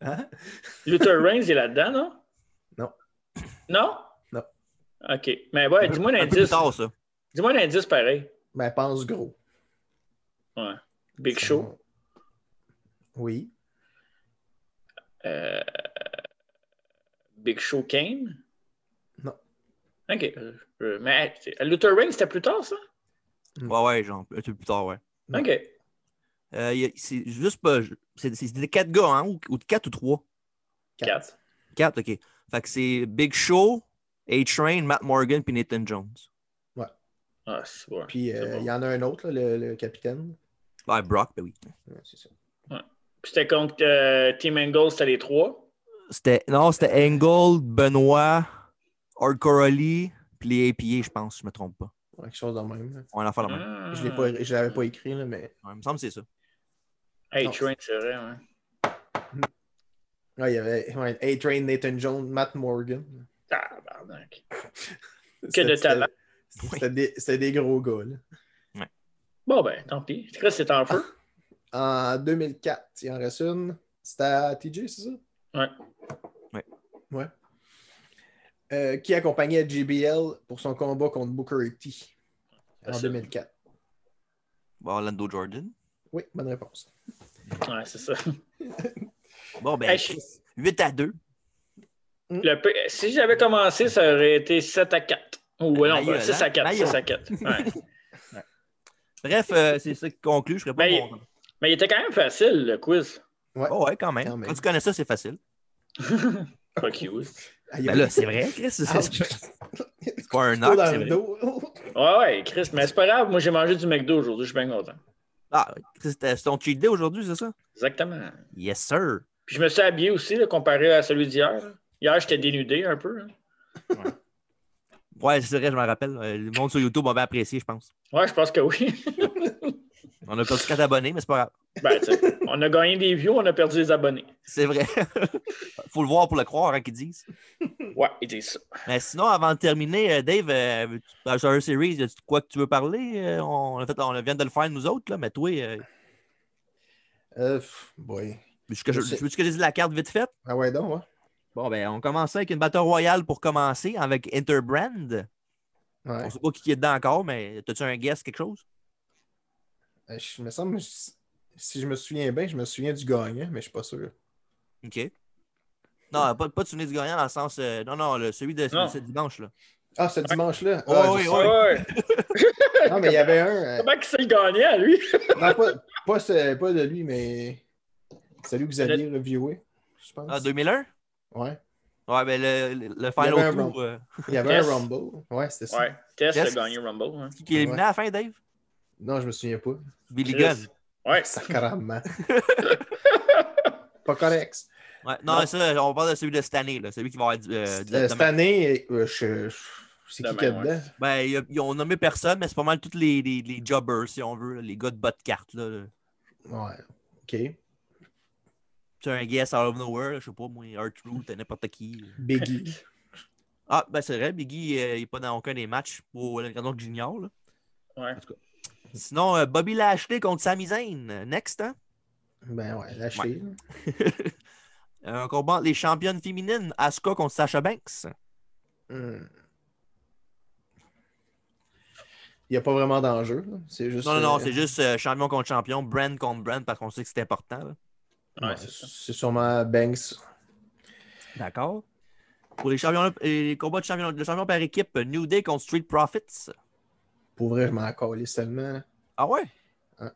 C: hein?
B: Luther Reigns est là-dedans, non?
C: Non.
B: Non?
C: Non.
B: OK. Mais ouais, dis-moi un
A: Un peu plus
B: indice.
A: tard, ça.
B: Dis-moi un indice pareil.
C: Ben, pense gros.
B: Ouais. Big Show.
C: Oui.
B: Euh, Big Show Kane?
C: Non.
B: OK. Euh, euh, mais c'est- Luther Reigns, c'était plus tard, ça?
A: Ouais, ouais, genre, un peu plus tard, ouais.
C: Non.
B: OK.
A: Euh, il y a- c'est juste pas. C'est c'est des 4 gars, hein, ou, ou 4 ou 3?
B: Quatre.
A: 4, ok. Fait que c'est Big Show, A-Train, Matt Morgan, puis Nathan Jones.
B: Ah, c'est bon.
C: Puis
B: C'est
C: euh, il
B: bon.
C: y en a un autre, là, le, le capitaine.
A: Ouais, Brock, ben oui.
C: Ouais, c'est ça.
B: Puis c'était contre euh, Team Angle, c'était les trois.
A: C'était. Non, c'était Angle, Benoît, Hardcore Ali, puis les APA, je pense, je me trompe pas.
C: Ouais, quelque chose de même. là.
A: On va en faire la même.
B: Ah.
C: Je l'ai pas- je l'avais pas écrit, là, mais.
B: Mm-hmm.
A: Ouais, il me semble que c'est ça.
B: Hey,
C: Non.
B: Train, hein. c'est vrai, ouais.
C: Ouais, il y avait ouais, A-Train, Nathan Jones, Matt Morgan.
B: Tabarnak.
C: C'était-
B: de
C: c'était-
B: talent.
C: C'était des, c'était des gros gars. là.
B: Bon, ben, tant pis. Je crois que c'est en feu.
C: En 2004, il en reste une. C'était à TJ, c'est ça?
B: Ouais.
A: Ouais.
C: Ouais. Euh, qui accompagnait JBL pour son combat contre Booker T en
B: Facile.
C: 2004?
A: Bon, Orlando Jordan.
C: Oui, bonne réponse.
B: Ouais, c'est ça.
A: Bon, ben,
B: Hey, je-
A: 8 à 2.
B: Le peu- Si j'avais commencé, ça aurait été 7 à 4. Ou
A: Ben,
B: non,
A: maillot,
B: 6
A: hein?
B: à 4.
A: Maillot.
B: 6 à 4. Ouais.
A: Bref, euh, c'est ça qui conclut. Je serais pas
B: Ben,
A: bon.
B: Mais il était quand même facile, le quiz.
C: Ouais.
A: Oh, ouais, quand même.
C: Quand
A: quand
C: même.
A: tu connais ça, c'est facile.
B: Fuck you.
C: Aïe,
A: Ben
C: aïe.
A: là, c'est vrai, Chris. C'est
C: Ouch.
A: c'est pas un
C: Trop
A: knock,
C: dans
A: c'est
C: le
A: vrai.
C: dos.
B: Ouais, ouais, Chris, mais c'est pas grave. Moi, j'ai mangé du McDo aujourd'hui. Je suis bien content.
A: Ah, Chris, c'était ton cheat day aujourd'hui, c'est ça?
B: Exactement.
A: Yes, sir.
B: Puis je me suis habillé aussi, là, comparé à celui d'hier. là. Hier, j'étais dénudé un peu. hein.
A: Ouais, c'est vrai, je m'en rappelle. Euh, Le monde sur YouTube avait apprécié, je pense.
B: Ouais, je pense que oui.
A: On a perdu 4 abonnés, mais c'est pas grave.
B: Ben, tu sais, on a gagné des views, on a perdu des abonnés.
A: C'est vrai. Faut le voir pour le croire, hein, qu'ils disent.
B: Ouais, ils disent ça.
A: Mais sinon, avant de terminer, euh, Dave, euh, veux-tu- dans Survivor Series, y a quoi que tu veux parler? Euh, On, en fait, on vient de le faire, nous autres, là, mais toi, euh,
C: Euh, pff, boy.
A: veux-tu que je,
C: Je sais.
A: veux-tu que je dise la carte vite faite?
C: Ah ouais, donc,
A: Bon, ben, on commençait avec une battle royale pour commencer, avec Interbrand.
C: ouais. Ouais.
A: On sait pas qui est dedans encore, mais as-tu un guess, quelque chose?
C: Euh, Je me semble, je- si je me souviens bien, je me souviens du gagnant, mais je suis pas sûr.
A: OK. Non, pas, pas de souvenir du gagnant dans le sens. euh, non, non, le- celui de, celui de
B: Non.
A: ce dimanche, là.
C: Ah, ce dimanche-là.
A: Ouais,
C: Ah, je
A: ouais,
C: sais.
A: ouais.
B: Ouais.
C: Non, mais il y avait un. euh,
B: Comment qu'il s'est gagné à lui?
C: non, pas, pas, ce- pas de lui, mais celui que vous aviez reviewé, je pense.
A: Ah, 2001?
C: Ouais.
A: Ouais, ben, le, le- le
C: Il y avait
A: final
C: un
A: tour.
C: round.
A: euh,
C: Il y avait
B: Yes.
C: un Rumble. Ouais, c'était ça.
B: Ouais, Tess a
A: Tess.
B: gagné Rumble. hein.
A: qui est éliminé
C: Ouais.
A: à la fin, Dave?
C: Non, je me souviens pas.
A: Billy
B: Chris.
A: Gunn.
B: Ouais.
C: Sacrament. pas correct.
A: Ouais, non,
C: Non.
A: ça, on parle de celui de cette année, là, celui qui va avoir. du- euh, du-
C: Euh,
A: demain.
C: cette année, euh, je- je- c'est qui
B: Demain,
C: qui est
B: ouais.
C: dedans?
A: Ben, il y a- ils ont nommé personne, mais c'est pas mal tous les, les, les jobbers, si on veut, là, les gars de bas de carte. Là.
C: Ouais. OK.
A: Tu as un guess out of nowhere, là, je sais pas, moi,
C: Mm.
A: Art n'importe qui.
C: Biggie.
A: Ah, ben c'est vrai, Biggie, euh, il n'est pas dans aucun des matchs pour le Grand Junior. là.
B: Ouais.
C: Mm.
A: Sinon, euh, Bobby Lashley contre Sami Zayn. Next, hein?
C: Ben ouais, lâché.
A: Un Euh, combat entre les championnes féminines, Asuka contre Sasha Banks.
C: Hmm. Il n'y a pas vraiment d'enjeu. là. C'est juste.
A: Non, non, non,
C: euh,
A: c'est juste euh, champion contre champion, brand contre brand, parce qu'on sait que c'est important. là.
B: Ouais,
C: ouais,
B: c'est ça.
C: c'est sûrement Banks.
A: D'accord. Pour les, champions, les combats de champion, de champion par équipe, New Day contre Street Profits.
C: Pour vrai, je m'en calisse tellement. là.
A: Ah ouais?
C: Ouais.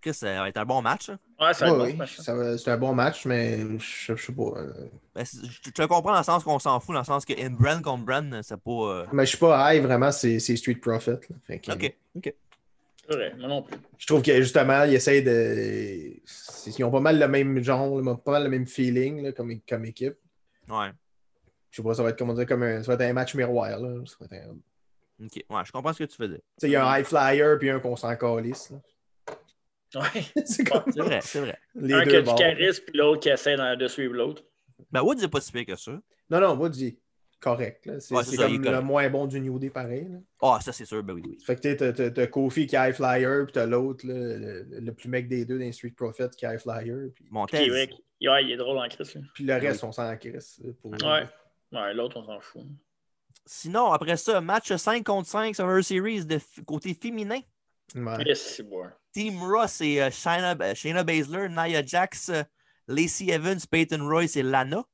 A: Chris, ça va être un bon match. hein.
B: Ouais, ça
C: Ouais,
B: va
C: oui, ça va- c'est un bon match, mais je, je sais pas. euh,
A: Ben, c'est- je, je te comprends dans le sens qu'on s'en fout, dans le sens que in brand contre brand, c'est pas. euh,
C: Mais je suis pas high vraiment, c'est c'est Street Profit. là. Fait que,
A: Ok, ok.
B: C'est vrai, moi non plus.
C: Je trouve que justement, ils essayent de. Ils ont pas mal le même genre, là, pas mal le même feeling là, comme, comme équipe.
A: Ouais.
C: Je sais pas, ça va être comment dire, comme un, ça va être un match miroir. Là. Ça va être un- Tu
A: Ok, ouais, je comprends ce que tu faisais.
C: sais, il y a un high flyer puis un qu'on s'en calisse. là.
B: Ouais.
C: C'est comme
A: C'est vrai, c'est vrai.
C: les
B: Un qui
C: deux
B: a du
C: bords.
B: charisme, puis l'autre qui essaie d'en- de suivre l'autre.
A: Ben, Woods n'est pas si pire que ça.
C: Non, non, moi, dis correct. là. C'est
A: Ouais,
C: c'est
A: c'est ça, il est
C: comme le
A: correct.
C: moins bon du New Day, pareil. là.
A: Ah, ça, c'est sûr, ben oui, oui.
C: Fait que t'sais, t'as- t'as t'as Kofi qui est high flyer, puis t'as l'autre, là, le, le plus mec des deux, dans les Street Profits, qui est high flyer. Puis,
B: Qui est
A: Montez.
B: vrai. qu'il- ouais, il est drôle en crise.
C: puis le reste, on s'en crisse. là, pour-
B: Ouais. Ouais, l'autre, on s'en fout.
A: Sinon, après ça, match 5 contre 5 Summer Series de f- côté féminin.
C: Ouais.
B: Yes, c'est bon.
A: Team Raw, c'est euh, Shayna, euh, Shayna Baszler, Nia Jax, euh, Lacey Evans, Peyton Royce et Lana.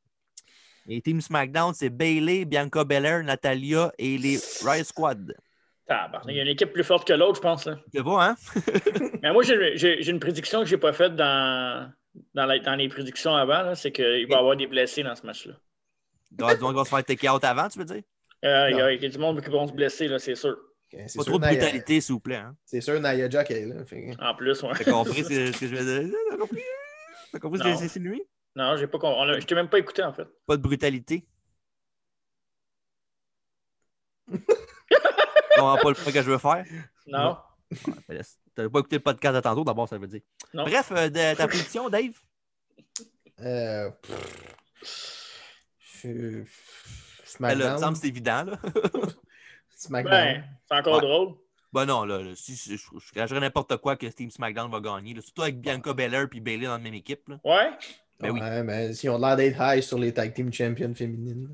A: Et Team SmackDown, c'est Bailey, Bianca Belair, Natalia et les Riot Squad.
B: Tabarnak, Il y a une équipe plus forte que l'autre, je pense. là.
A: Tu vois, hein?
B: Mais moi, j'ai j'ai- j'ai une prédiction que j'ai pas faite dans, dans, la- dans les prédictions avant. là, C'est qu'il va y avoir des blessés dans ce match-là.
A: Donc, donc, on va se faire take out avant, tu veux dire?
B: Euh, Il y
C: Non.
B: a- il y a du monde qui vont se blesser, là, c'est sûr.
C: Ok, C'est
A: Pas
C: sûr, euh,
A: trop de
C: Nia-
A: brutalité, s'il vous plaît. Hein?
C: C'est sûr, Nia Jack est là. fait que-
B: En plus, ouais.
A: T'as compris ce ce que je veux dire? T'as compris? T'as compris ce que
B: Non.
A: j'ai insinué?
B: Non, j'ai pas compris. On l'a- Je t'ai même pas écouté, en fait.
A: Pas de brutalité. Je comprends pas le point que je veux faire.
B: Non.
A: Ouais, ben, laisse. T'as pas écouté le podcast de tantôt, d'abord, ça veut dire.
B: Non.
A: Bref, euh, de- ta position, Dave?
C: Euh, pff, je-
A: Ben là, il me semble
C: SmackDown.
A: que c'est évident, là.
C: SmackDown.
B: Ben, c'est encore
A: Ouais.
B: drôle.
A: ben non, là, là, si, si- je, je cracherais n'importe quoi que Team SmackDown va gagner. là. Surtout avec Bianca Belair et Bailey dans la même équipe. là.
B: Ouais.
A: Ben oui.
C: Ouais, mais si on l'air d'être high sur les tag team champions féminines.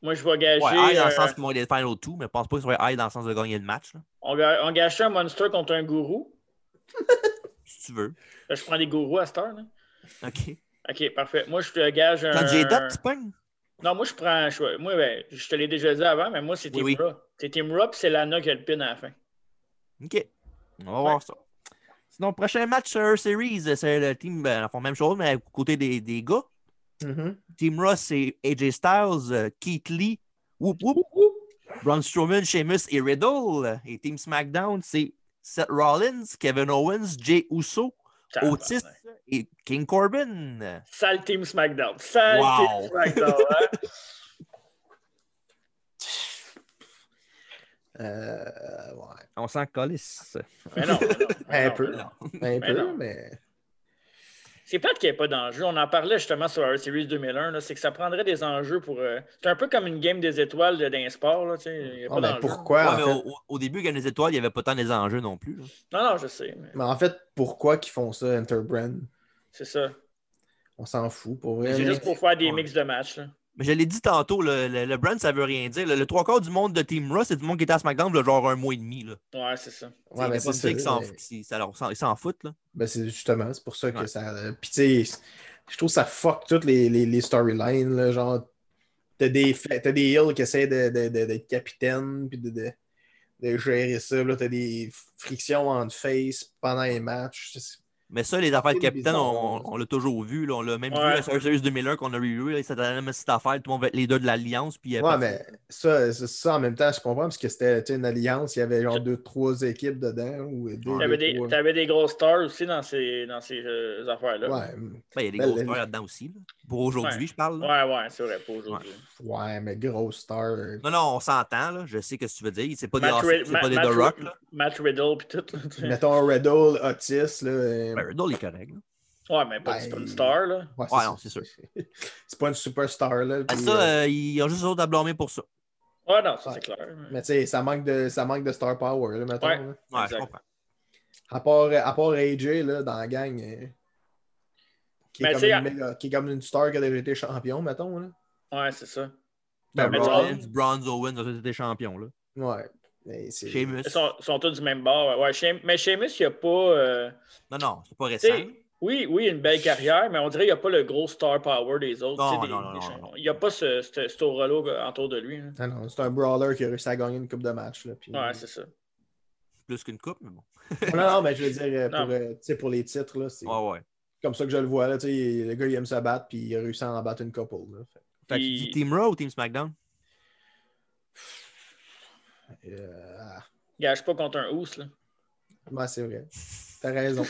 B: Moi, je vais gager.
A: Ouais, high dans le
B: euh,
A: sens qu'ils vont aller faire l'autre tout, mais pense pas qu'ils soient high dans le sens de gagner le match, là,
B: on, ga- on gage ça un monster contre un gourou.
A: si tu veux.
B: Là, Je prends des gourous à cette heure. là.
A: OK.
B: Ok, parfait. Moi, je te gage un.
A: Quand
B: Euh,
A: J-Dot, tu pognes?
B: Non, moi, je prends. Je... Moi, ben, je te l'ai déjà dit avant, mais moi, c'est
A: Oui,
B: Team
A: oui.
B: Raw. C'est Team Raw, puis c'est Lana qui a le pin à la fin.
A: OK. On va voir ça. Sinon, prochain match sur Series, c'est le team, ben, font même chose, mais côté des, des gars.
B: Mm-hmm.
C: Mhm.
A: Team Ross, c'est AJ Styles, euh, Keith Lee, whoop, whoop, Braun Strowman, Sheamus et Riddle. Et Team SmackDown, c'est Seth Rollins, Kevin Owens, Jay Uso,
B: Tabarnak.
A: Otis et King Corbin.
B: Sale Team SmackDown. Sale
A: Wow.
B: Team SmackDown. hein.
C: Euh, ouais.
A: On s'en calisse.
B: mais non. mais non, mais non,
C: Un peu.
B: mais non.
C: Ben, Un
B: Mais
C: peu,
B: non.
C: mais.
B: C'est plate qu'il n'y ait pas d'enjeu. On en parlait justement sur Our Series 2001. là, C'est que ça prendrait des enjeux pour. euh, C'est un peu comme une game des étoiles de- d'un sport. Là, tu sais, il y a
C: Ah,
B: pas
C: mais
B: d'enjeu.
C: pourquoi, en
A: Ouais, mais
C: fait?
A: au, au- au début, quand les étoiles, il n'y avait pas tant des enjeux non plus. là.
B: Non, non, je sais. mais
C: Mais en fait, pourquoi qu'ils font ça, Interbrand?
B: C'est ça.
C: On s'en fout, pour vrai.
B: C'est
C: mais-
B: juste pour faire des
A: Ouais.
B: mix de matchs. là.
A: Mais je l'ai dit tantôt, le, le- le brand, ça veut rien dire. Le, le trois quarts du monde de Team Ross, c'est du monde qui était à SmackDown, là, genre un mois et demi. Là.
B: Ouais, c'est ça.
C: Ouais, mais
A: c'est pas
C: c'est ça,
A: qu'ils s'en
C: mais-
A: foutent, ils ça leur- ils s'en foutent. Là.
C: ben, c'est justement, c'est pour ça que
A: Ouais.
C: ça. Puis, tu sais, je trouve que ça fuck toutes les, les, les storylines, là, genre. T'as des, fa- t'as des heels qui essaient de- de- de- d'être capitaine, puis de, de, de gérer ça. Là, t'as des frictions entre face pendant les matchs. C'est-
A: Mais ça, les affaires de
C: C'est
A: capitaine,
C: bizarre,
A: on,
C: hein.
A: on- on l'a toujours vu. là. on l'a même
B: Ouais.
A: vu à Survivor Series 2001 qu'on a revu. là, Cette année, cette affaire, tout le monde va être les deux de l'Alliance. Puis, euh,
C: Ouais,
A: personne-
C: mais ça, ça, ça, en même temps, je comprends parce que c'était tu sais, une alliance, il y avait genre deux, trois équipes dedans. Ou deux,
B: T'avais
C: deux,
B: des,
C: trois.
B: t'avais des grosses stars aussi dans ces, dans ces euh, affaires-là. Ouais.
C: Ouais, m-
A: Ben, il y a des
C: Ben,
A: grosses
C: le-
A: stars là-dedans aussi. là. Pour aujourd'hui,
B: Ouais.
A: je parle. là.
B: ouais, c'est vrai, pas aujourd'hui.
C: ouais, mais grosse star.
A: Non, non, on s'entend. là. Je sais que ce que tu veux dire. C'est pas des,
B: Matt Rid-
A: c'est pas des
B: Matt-
A: The
B: Matt
A: Rock.
B: Rid-
A: là.
B: Matt Riddle pis tout. là, tu sais.
C: Mettons Riddle, Otis. Là, euh,
A: Ben, Riddle est correct. là.
B: Ouais, mais pas,
C: Ben,
B: c'est pas une star, là.
C: ouais,
A: Ouais, non, c'est sûr.
C: C'est pas une superstar. Là,
A: Ah,
C: puis,
A: ça,
C: euh,
A: euh, ils ont juste d'autres à blâmer pour ça.
B: Ouais, non, ça
C: ouais.
B: c'est clair.
C: Mais tu sais, ça, manque de- ça manque de star power. Là, mettons,
B: Ouais.
C: là.
A: Ouais, je
B: Exact.
A: comprends.
C: À, part, à part AJ là, dans la gang. euh, qui,
B: Mais
C: est comme
B: tu sais,
C: une méga- qui est comme une star qui a déjà été champion, mettons. Là.
B: Ouais, c'est ça.
A: Ben,
B: mais tu
A: Rollins,
B: vois-
A: Bronze Owens, ils ont tous été champions. Là.
C: Ouais. Mais c'est-
A: Sheamus.
B: Ils sont, sont tous du même bord. ouais. Ouais, Sheam- mais Sheamus, il n'y a pas. euh,
A: Non, non, c'est pas
B: tu
A: récent.
B: sais, oui, oui, une belle carrière, mais on dirait qu'il n'y a pas le gros star power des autres.
A: Non,
B: tu sais, des-
A: non, non,
B: des
A: non,
B: champions.
A: non.
B: Il n'y a pas ce, ce, ce aura-là autour de lui. là.
C: Ah non, c'est un brawler qui a réussi à gagner une coupe de match. Là,
A: Mm-hmm.
C: puis-
B: Ouais, c'est ça.
A: Plus qu'une coupe, mais bon.
C: non, non, mais je veux dire, euh,
B: Non.
C: pour, euh, tu sais, pour les titres, là, c'est
A: Ouais, ouais.
C: comme ça que je le vois. Là, tu sais, le gars, il aime se battre, puis il a réussi à en battre une couple. là. Fait
A: Fait que tu
B: Puis-
A: dis Team Raw ou Team SmackDown?
C: que, euh, ah,
B: Gage pas contre un housse. Là.
C: ouais, c'est vrai. T'as raison.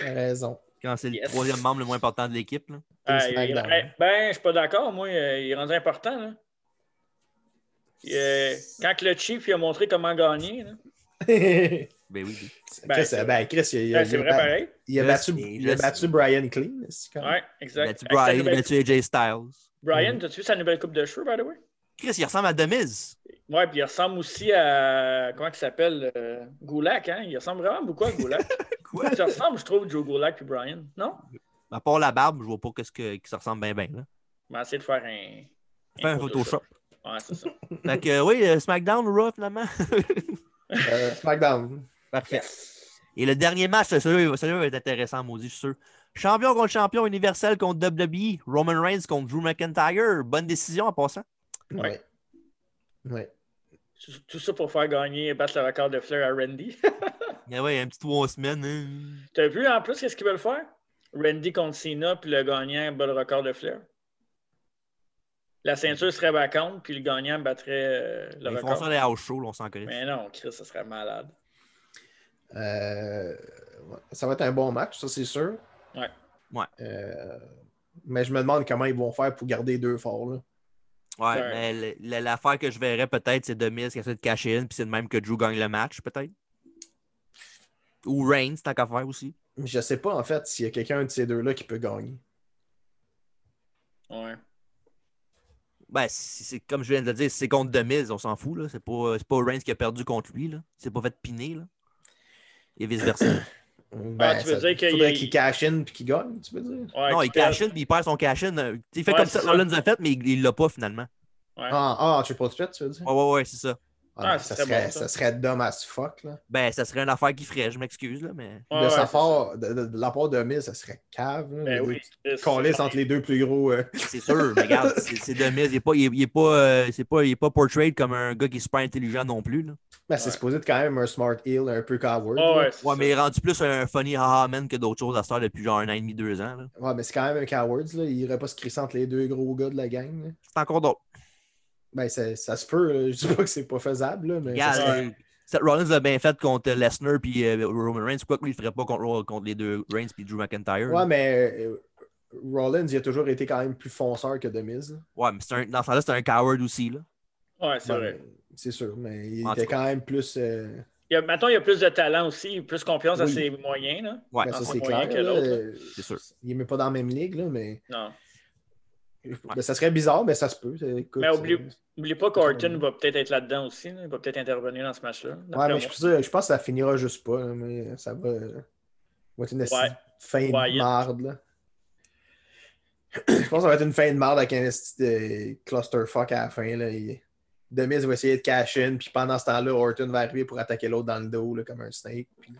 C: T'as raison.
A: Quand c'est
B: Yes.
A: le troisième membre le moins important de l'équipe. là.
B: Ben,
C: Team SmackDown.
B: ben, ben, je suis pas d'accord, moi. euh, il est rendu important. Là. Puis, euh, quand que le Chief il a montré comment gagner, là,
A: Ben oui. oui.
B: Ben,
C: Chris,
B: c'est-
C: ben, Chris, il, a- il a-
B: ben, c'est
C: il a
B: vrai
C: bat-
B: pareil.
C: il a
A: Là,
C: battu,
A: c'est-
C: il
A: là,
C: a battu
A: c'est-
C: Brian Clean. c'est quand même-
B: Ouais,
A: Mathieu
B: exact. Avec sa
A: Brian,
B: nouvelle-
A: Mathieu AJ Styles.
B: Brian, as-tu vu sa nouvelle coupe de cheveux, by the way?
A: Chris, il ressemble à Demise.
B: Ouais, puis il ressemble aussi à. Comment il s'appelle? euh, Goulak, hein? Il ressemble vraiment beaucoup à Goulak.
A: Quoi?
B: Ça ressemble, je trouve, Joe Goulak puis Brian. Non?
A: À part la barbe, je vois pas qu'est-ce que, qui se ressemble bien, bien. là.
B: On va essayer de faire un.
A: Fais un Photoshop.
B: Ouais, c'est ça.
A: Fait que euh, oui, euh, SmackDown, Raw, finalement.
C: Euh, SmackDown.
A: Parfait. Et le dernier match, celui-là celui-là va être intéressant, maudit, je suis sûr. Champion contre champion universel contre WWE. Roman Reigns contre Drew McIntyre. Bonne décision en passant.
C: Ouais. Ouais.
B: Tout- Tout ça pour faire gagner et battre le record de Flair à Randy.
A: Mais Eh ouais, un petit trois semaines. hein.
B: T'as vu en plus qu'est-ce qu'ils veulent faire? Randy contre Cena, puis le gagnant bat le record de Flair. La ceinture serait vacante, puis le gagnant battrait euh, le
A: Ils font
B: record.
A: ça les house shows, là, on s'en connaît.
B: Mais non, Chris, ça serait malade.
C: Euh, ouais. Ça va être un bon match, ça, c'est sûr.
B: Ouais.
A: Ouais.
C: Euh, mais je me demande comment ils vont faire pour garder deux forts. là.
A: Ouais,
B: Ouais.
A: mais le- le- l'affaire que je verrais peut-être, c'est Demise qui essaie de cacher une, puis c'est de même que Drew gagne le match, peut-être. Ou Reigns, tant qu'à faire aussi.
C: Je sais pas, en fait, s'il y a quelqu'un de ces deux-là qui peut gagner.
B: Ouais.
A: Ben, si c'est comme je viens de le dire, si c'est contre Demise, on s'en fout. là. C'est pas, c'est pas Reigns qui a perdu contre lui. là. C'est pas fait piner. Là. Et vice-versa.
C: Ben,
B: Ah, tu veux
C: ça-
B: dire qu'il
C: faudrait
B: y-
C: qu'il cash in puis qu'il gagne, tu veux dire?
B: Ouais,
A: non,
B: tu
A: il
B: perds-
A: cash in, puis il perd son cash in. Euh, Il fait
B: Ouais,
A: comme
B: c'est
A: ça,
B: ça.
A: Rollins a fait, mais il il l'a pas finalement.
B: Ouais.
C: Ah, ah, je sais pas tout de suite, tu veux dire?
A: Ouais, ouais, ouais, c'est ça.
C: Ah,
B: Ah,
C: ça,
B: c'est
C: serait,
B: bon,
C: ça.
B: ça.
C: serait dumb as fuck. Là.
A: Ben, ça serait une affaire qui ferait, je m'excuse, là, mais.
B: Ouais,
C: de,
B: Ah, ouais,
C: sa
B: c'est
C: part, de, de- de la part de Miz, ça serait cave. là.
B: Ben
C: Les
B: oui,
C: deux-
B: Chris.
C: câlisse entre les deux plus gros. euh.
A: C'est sûr, mais regarde, c'est c'est Demise. Il n'est pas, il est- il est pas, euh, c'est pas, il est pas portrayed comme un gars qui est super intelligent non plus. Là.
C: Ben, c'est
B: Ouais.
C: supposé être quand même un smart heel, un peu coward.
B: Ah
C: là.
B: ouais, c'est
A: Ouais,
B: ça.
A: mais il est rendu plus un funny haha man que d'autres choses à se faire depuis genre un an et demi, deux ans. là.
C: Ouais, mais c'est quand même un coward. Là. Il irait pas se crisser entre les deux gros gars de la gang. là.
A: C'est encore d'autres.
C: Ben, ça, ça se peut. là. Je dis pas que c'est pas faisable, là, mais Ben, ça
A: Regarde,
C: serait-
B: serait-
A: euh, Seth Rollins l'a bien fait contre Lesnar puis euh, Roman Reigns. Quoi que lui, il ne ferait pas contre, contre les deux Reigns puis Drew McIntyre.
C: Ouais, mais euh, Rollins, il a toujours été quand même plus fonceur que de Miz. là.
A: Ouais, mais c'est un- dans ce temps-là, c'est un coward aussi. Là.
B: Ouais, c'est
C: Ben,
B: vrai.
C: C'est sûr, mais il
A: En
C: était
A: tout cas.
C: quand même plus. euh,
B: Il y a- maintenant, il y a plus de talent aussi, plus confiance à
C: Oui.
B: ses moyens. Là.
A: Ouais,
C: ben, ça,
B: c'est
C: c'est
B: moyen
C: clair.
B: que
C: là.
B: l'autre, là.
C: Euh,
A: c'est sûr.
C: Il est même pas dans la même ligue, là, mais.
B: Non.
C: Ben, ça serait bizarre, mais ça se peut. Euh, écoute,
B: Mais oublie-
C: euh,
B: N'oublie pas qu'Orton va peut-être être là-dedans aussi. là. Il va peut-être intervenir dans ce match-là.
C: Ouais,
B: d'après
C: mais
B: moi.
C: je, suis sûr- je pense que ça finira juste pas. là, mais ça va, euh, va être une esti
B: Ouais.
C: de fin
B: Ouais,
C: de
B: il y a-
C: marde. là. je pense que ça va être une fin de marde avec un esti de clusterfuck à la fin. Là. Il... Demise va essayer de cash in, puis pendant ce temps-là, Orton va arriver pour attaquer l'autre dans le dos là, comme un snake. puis-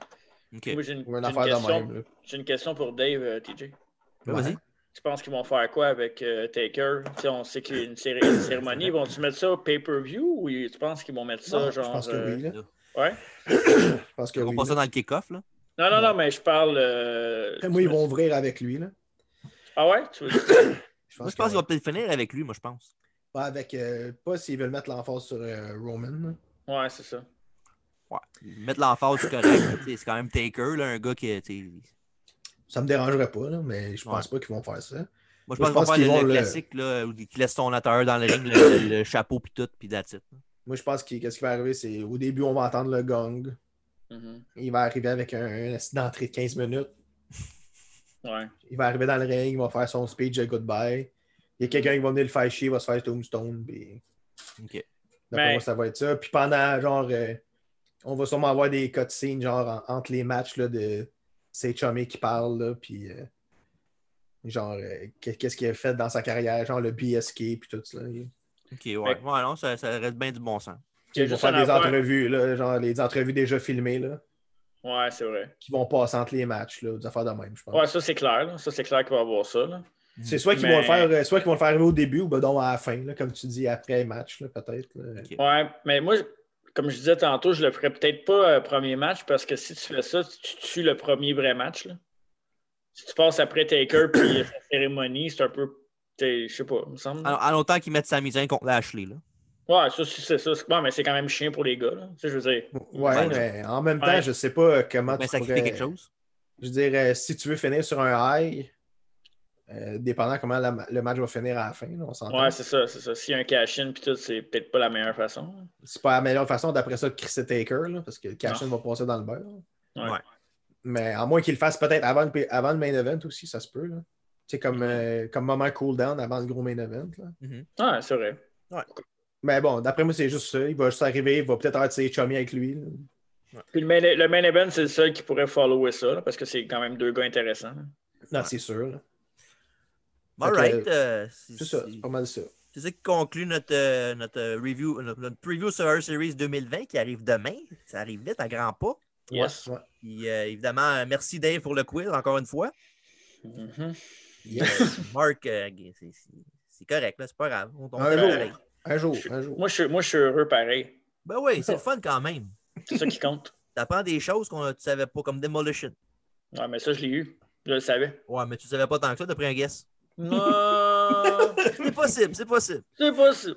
A: Ok.
B: Moi, j'ai une,
C: Ou une
B: j'ai une
C: affaire de
B: question,
C: même. là.
B: j'ai une question pour Dave, euh, TJ.
A: Ben,
C: Ouais.
A: Vas-y.
B: Tu penses qu'ils vont faire quoi avec euh, Taker? Tu sais, on sait qu'il y a une, cér- une cérémonie. Ils Vont-tu mettre ça au pay-per-view ou ils- tu penses qu'ils vont mettre ça
C: Non,
B: genre.
C: je pense que
B: euh,
C: oui. là.
B: ouais?
C: Je pense que
A: On
C: oui.
A: passe ça
C: là.
A: dans le kick-off. là.
B: Non, non, non, mais je parle. euh,
C: Après, moi, ils vont ouvrir avec lui. Là.
B: Ah ouais? Tu veux-
C: Je pense
A: Moi, je
C: que
A: pense qu'il
C: ouais.
A: va peut-être finir avec lui, moi, je pense.
C: Pas avec. euh, pas s'ils veulent mettre l'emphase sur euh, Roman. là.
B: Ouais, c'est ça.
A: Ouais. Mettre l'emphase, c'est correct. là, tu sais, c'est quand même Taker, là, un gars qui. tu sais,
C: Ça me dérangerait pas, là, mais je pense pas qu'ils vont faire ça.
A: Moi, je
C: Moi,
A: pense qu'on
C: je
A: va
C: pense
A: faire
C: qu'ils
A: le,
C: vont
A: le
C: le-
A: classique, là, où il laisse son intérieur dans le ring, le, le- le chapeau, puis tout, puis that's it.
C: Moi, je pense que qu'est-ce qui va arriver, c'est au début, on va entendre le gong.
B: Mhm.
C: Il va arriver avec un, un accident d'entrée de 15 minutes.
B: Ouais.
C: Il va arriver dans le ring, il va faire son speech de goodbye. Il y a quelqu'un qui va venir le faire chier, il va se faire tombstone. Puis...
A: Ok.
C: D'après
B: Mais-
C: moi, ça va être ça. Puis pendant, genre, euh, on va sûrement avoir des cutscenes, genre, en- entre les matchs là, de ces chummies qui parlent, là, puis euh, genre, euh, qu'est- qu'est-ce qu'il a fait dans sa carrière, genre le BSK, puis tout ça.
A: Ok, ouais. Ouais,
B: Fait-
A: non, ça, ça reste bien du bon sens.
B: Il y a
C: Ils vont
B: juste
C: faire
B: un
C: des
B: affaire.
C: entrevues, là, genre, les entrevues déjà filmées, là.
B: Ouais, c'est vrai.
C: qui vont passer entre les matchs, là, des affaires de même, je pense.
B: Ouais, ça c'est clair. là. Ça c'est clair qu'il va y avoir ça. là.
C: c'est soit qu'ils
B: Mais-
C: vont le faire, euh, soit qu'ils vont le faire arriver au début ou ben donc à la fin, là, comme tu dis, après le match, là, peut-être. là.
A: Ok.
B: Ouais, mais moi, je- comme je disais tantôt, je le ferais peut-être pas euh, premier match parce que si tu fais ça, tu- tu tues le premier vrai match. là. Si tu passes après Taker puis sa cérémonie, c'est un peu. t'es- Je sais pas, il me semble.
A: En, en autant qu'ils mettent Sami Zayn contre Lashley, là.
B: Ouais, ça, si c'est ça. c'est- Ouais, mais c'est quand même chiant pour les gars. Là. Tu sais, je veux dire.
C: Ouais,
A: Ouais,
C: mais en même temps,
B: Ouais.
C: je sais pas euh, comment
A: Ben,
C: tu
A: sacrifier
C: pourrais...
A: quelque chose.
C: Je dirais, si tu veux finir sur un high, euh, dépendant comment la ma- le match va finir à la fin. là, on s'entend.
B: Ouais, c'est ça, c'est ça. S'il y a un cash-in puis tout, c'est peut-être pas la meilleure façon. hein.
C: c'est pas la meilleure façon d'après ça de crisser Taker, là, parce que le cash-in va passer dans le beurre.
B: Ouais.
A: Ouais.
C: Mais à moins qu'il le fasse peut-être avant le, avant le main event aussi, ça se peut. là. Tu sais, comme,
B: Mm-hmm.
C: euh, comme moment cool-down avant le gros main event. là.
B: Ouais, Ah, c'est vrai.
C: Mais bon, d'après moi, c'est juste ça. Il va juste arriver, il va peut-être avoir ses chummies avec lui. là.
B: Puis le main, le main event, c'est le seul qui pourrait follower ça, là, parce que c'est quand même deux gars intéressants. hein. là.
C: Non, c'est sûr. là.
A: All
C: Fait que,
A: right. euh, c'est
C: C'est ça,
A: c'est-
C: c'est pas mal ça.
A: c'est ça qui conclut notre, euh, notre euh, review, notre, notre preview Survivor Series 2020 qui arrive demain. Ça arrive vite à grands pas.
B: Yes.
C: Ouais, ouais.
A: Puis, euh, évidemment, euh, merci Dave pour le quiz, encore une fois.
B: Mhm.
A: Puis, euh, Marc, euh, c'est- c'est- c'est correct, là, c'est pas grave. On, on
C: Un
A: est
C: jour.
A: pareil.
C: Un jour, un jour.
B: Moi, je, suis- moi, je suis heureux pareil.
A: Ben oui, c'est le fun quand même.
B: C'est ça qui compte.
A: T'apprends des choses qu'on tu savais pas, comme Demolition.
B: Ouais, mais ça, je l'ai eu. Je le savais.
A: Ouais, mais tu savais pas tant que ça, t'as pris un guess.
B: Non,
A: C'est possible, c'est possible.
B: c'est pas ça.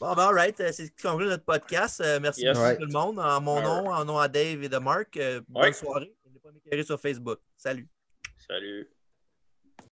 A: Bon, ben, all right, euh, c'est ce qui conclut notre podcast. Euh, merci
B: Yes.
A: beaucoup
C: Right.
A: tout le monde. En mon
B: All
A: nom, en nom à Dave et de Marc, euh, bonne
B: Ouais.
A: soirée. N'oubliez pas de m'écrire sur Facebook. Salut.
B: Salut.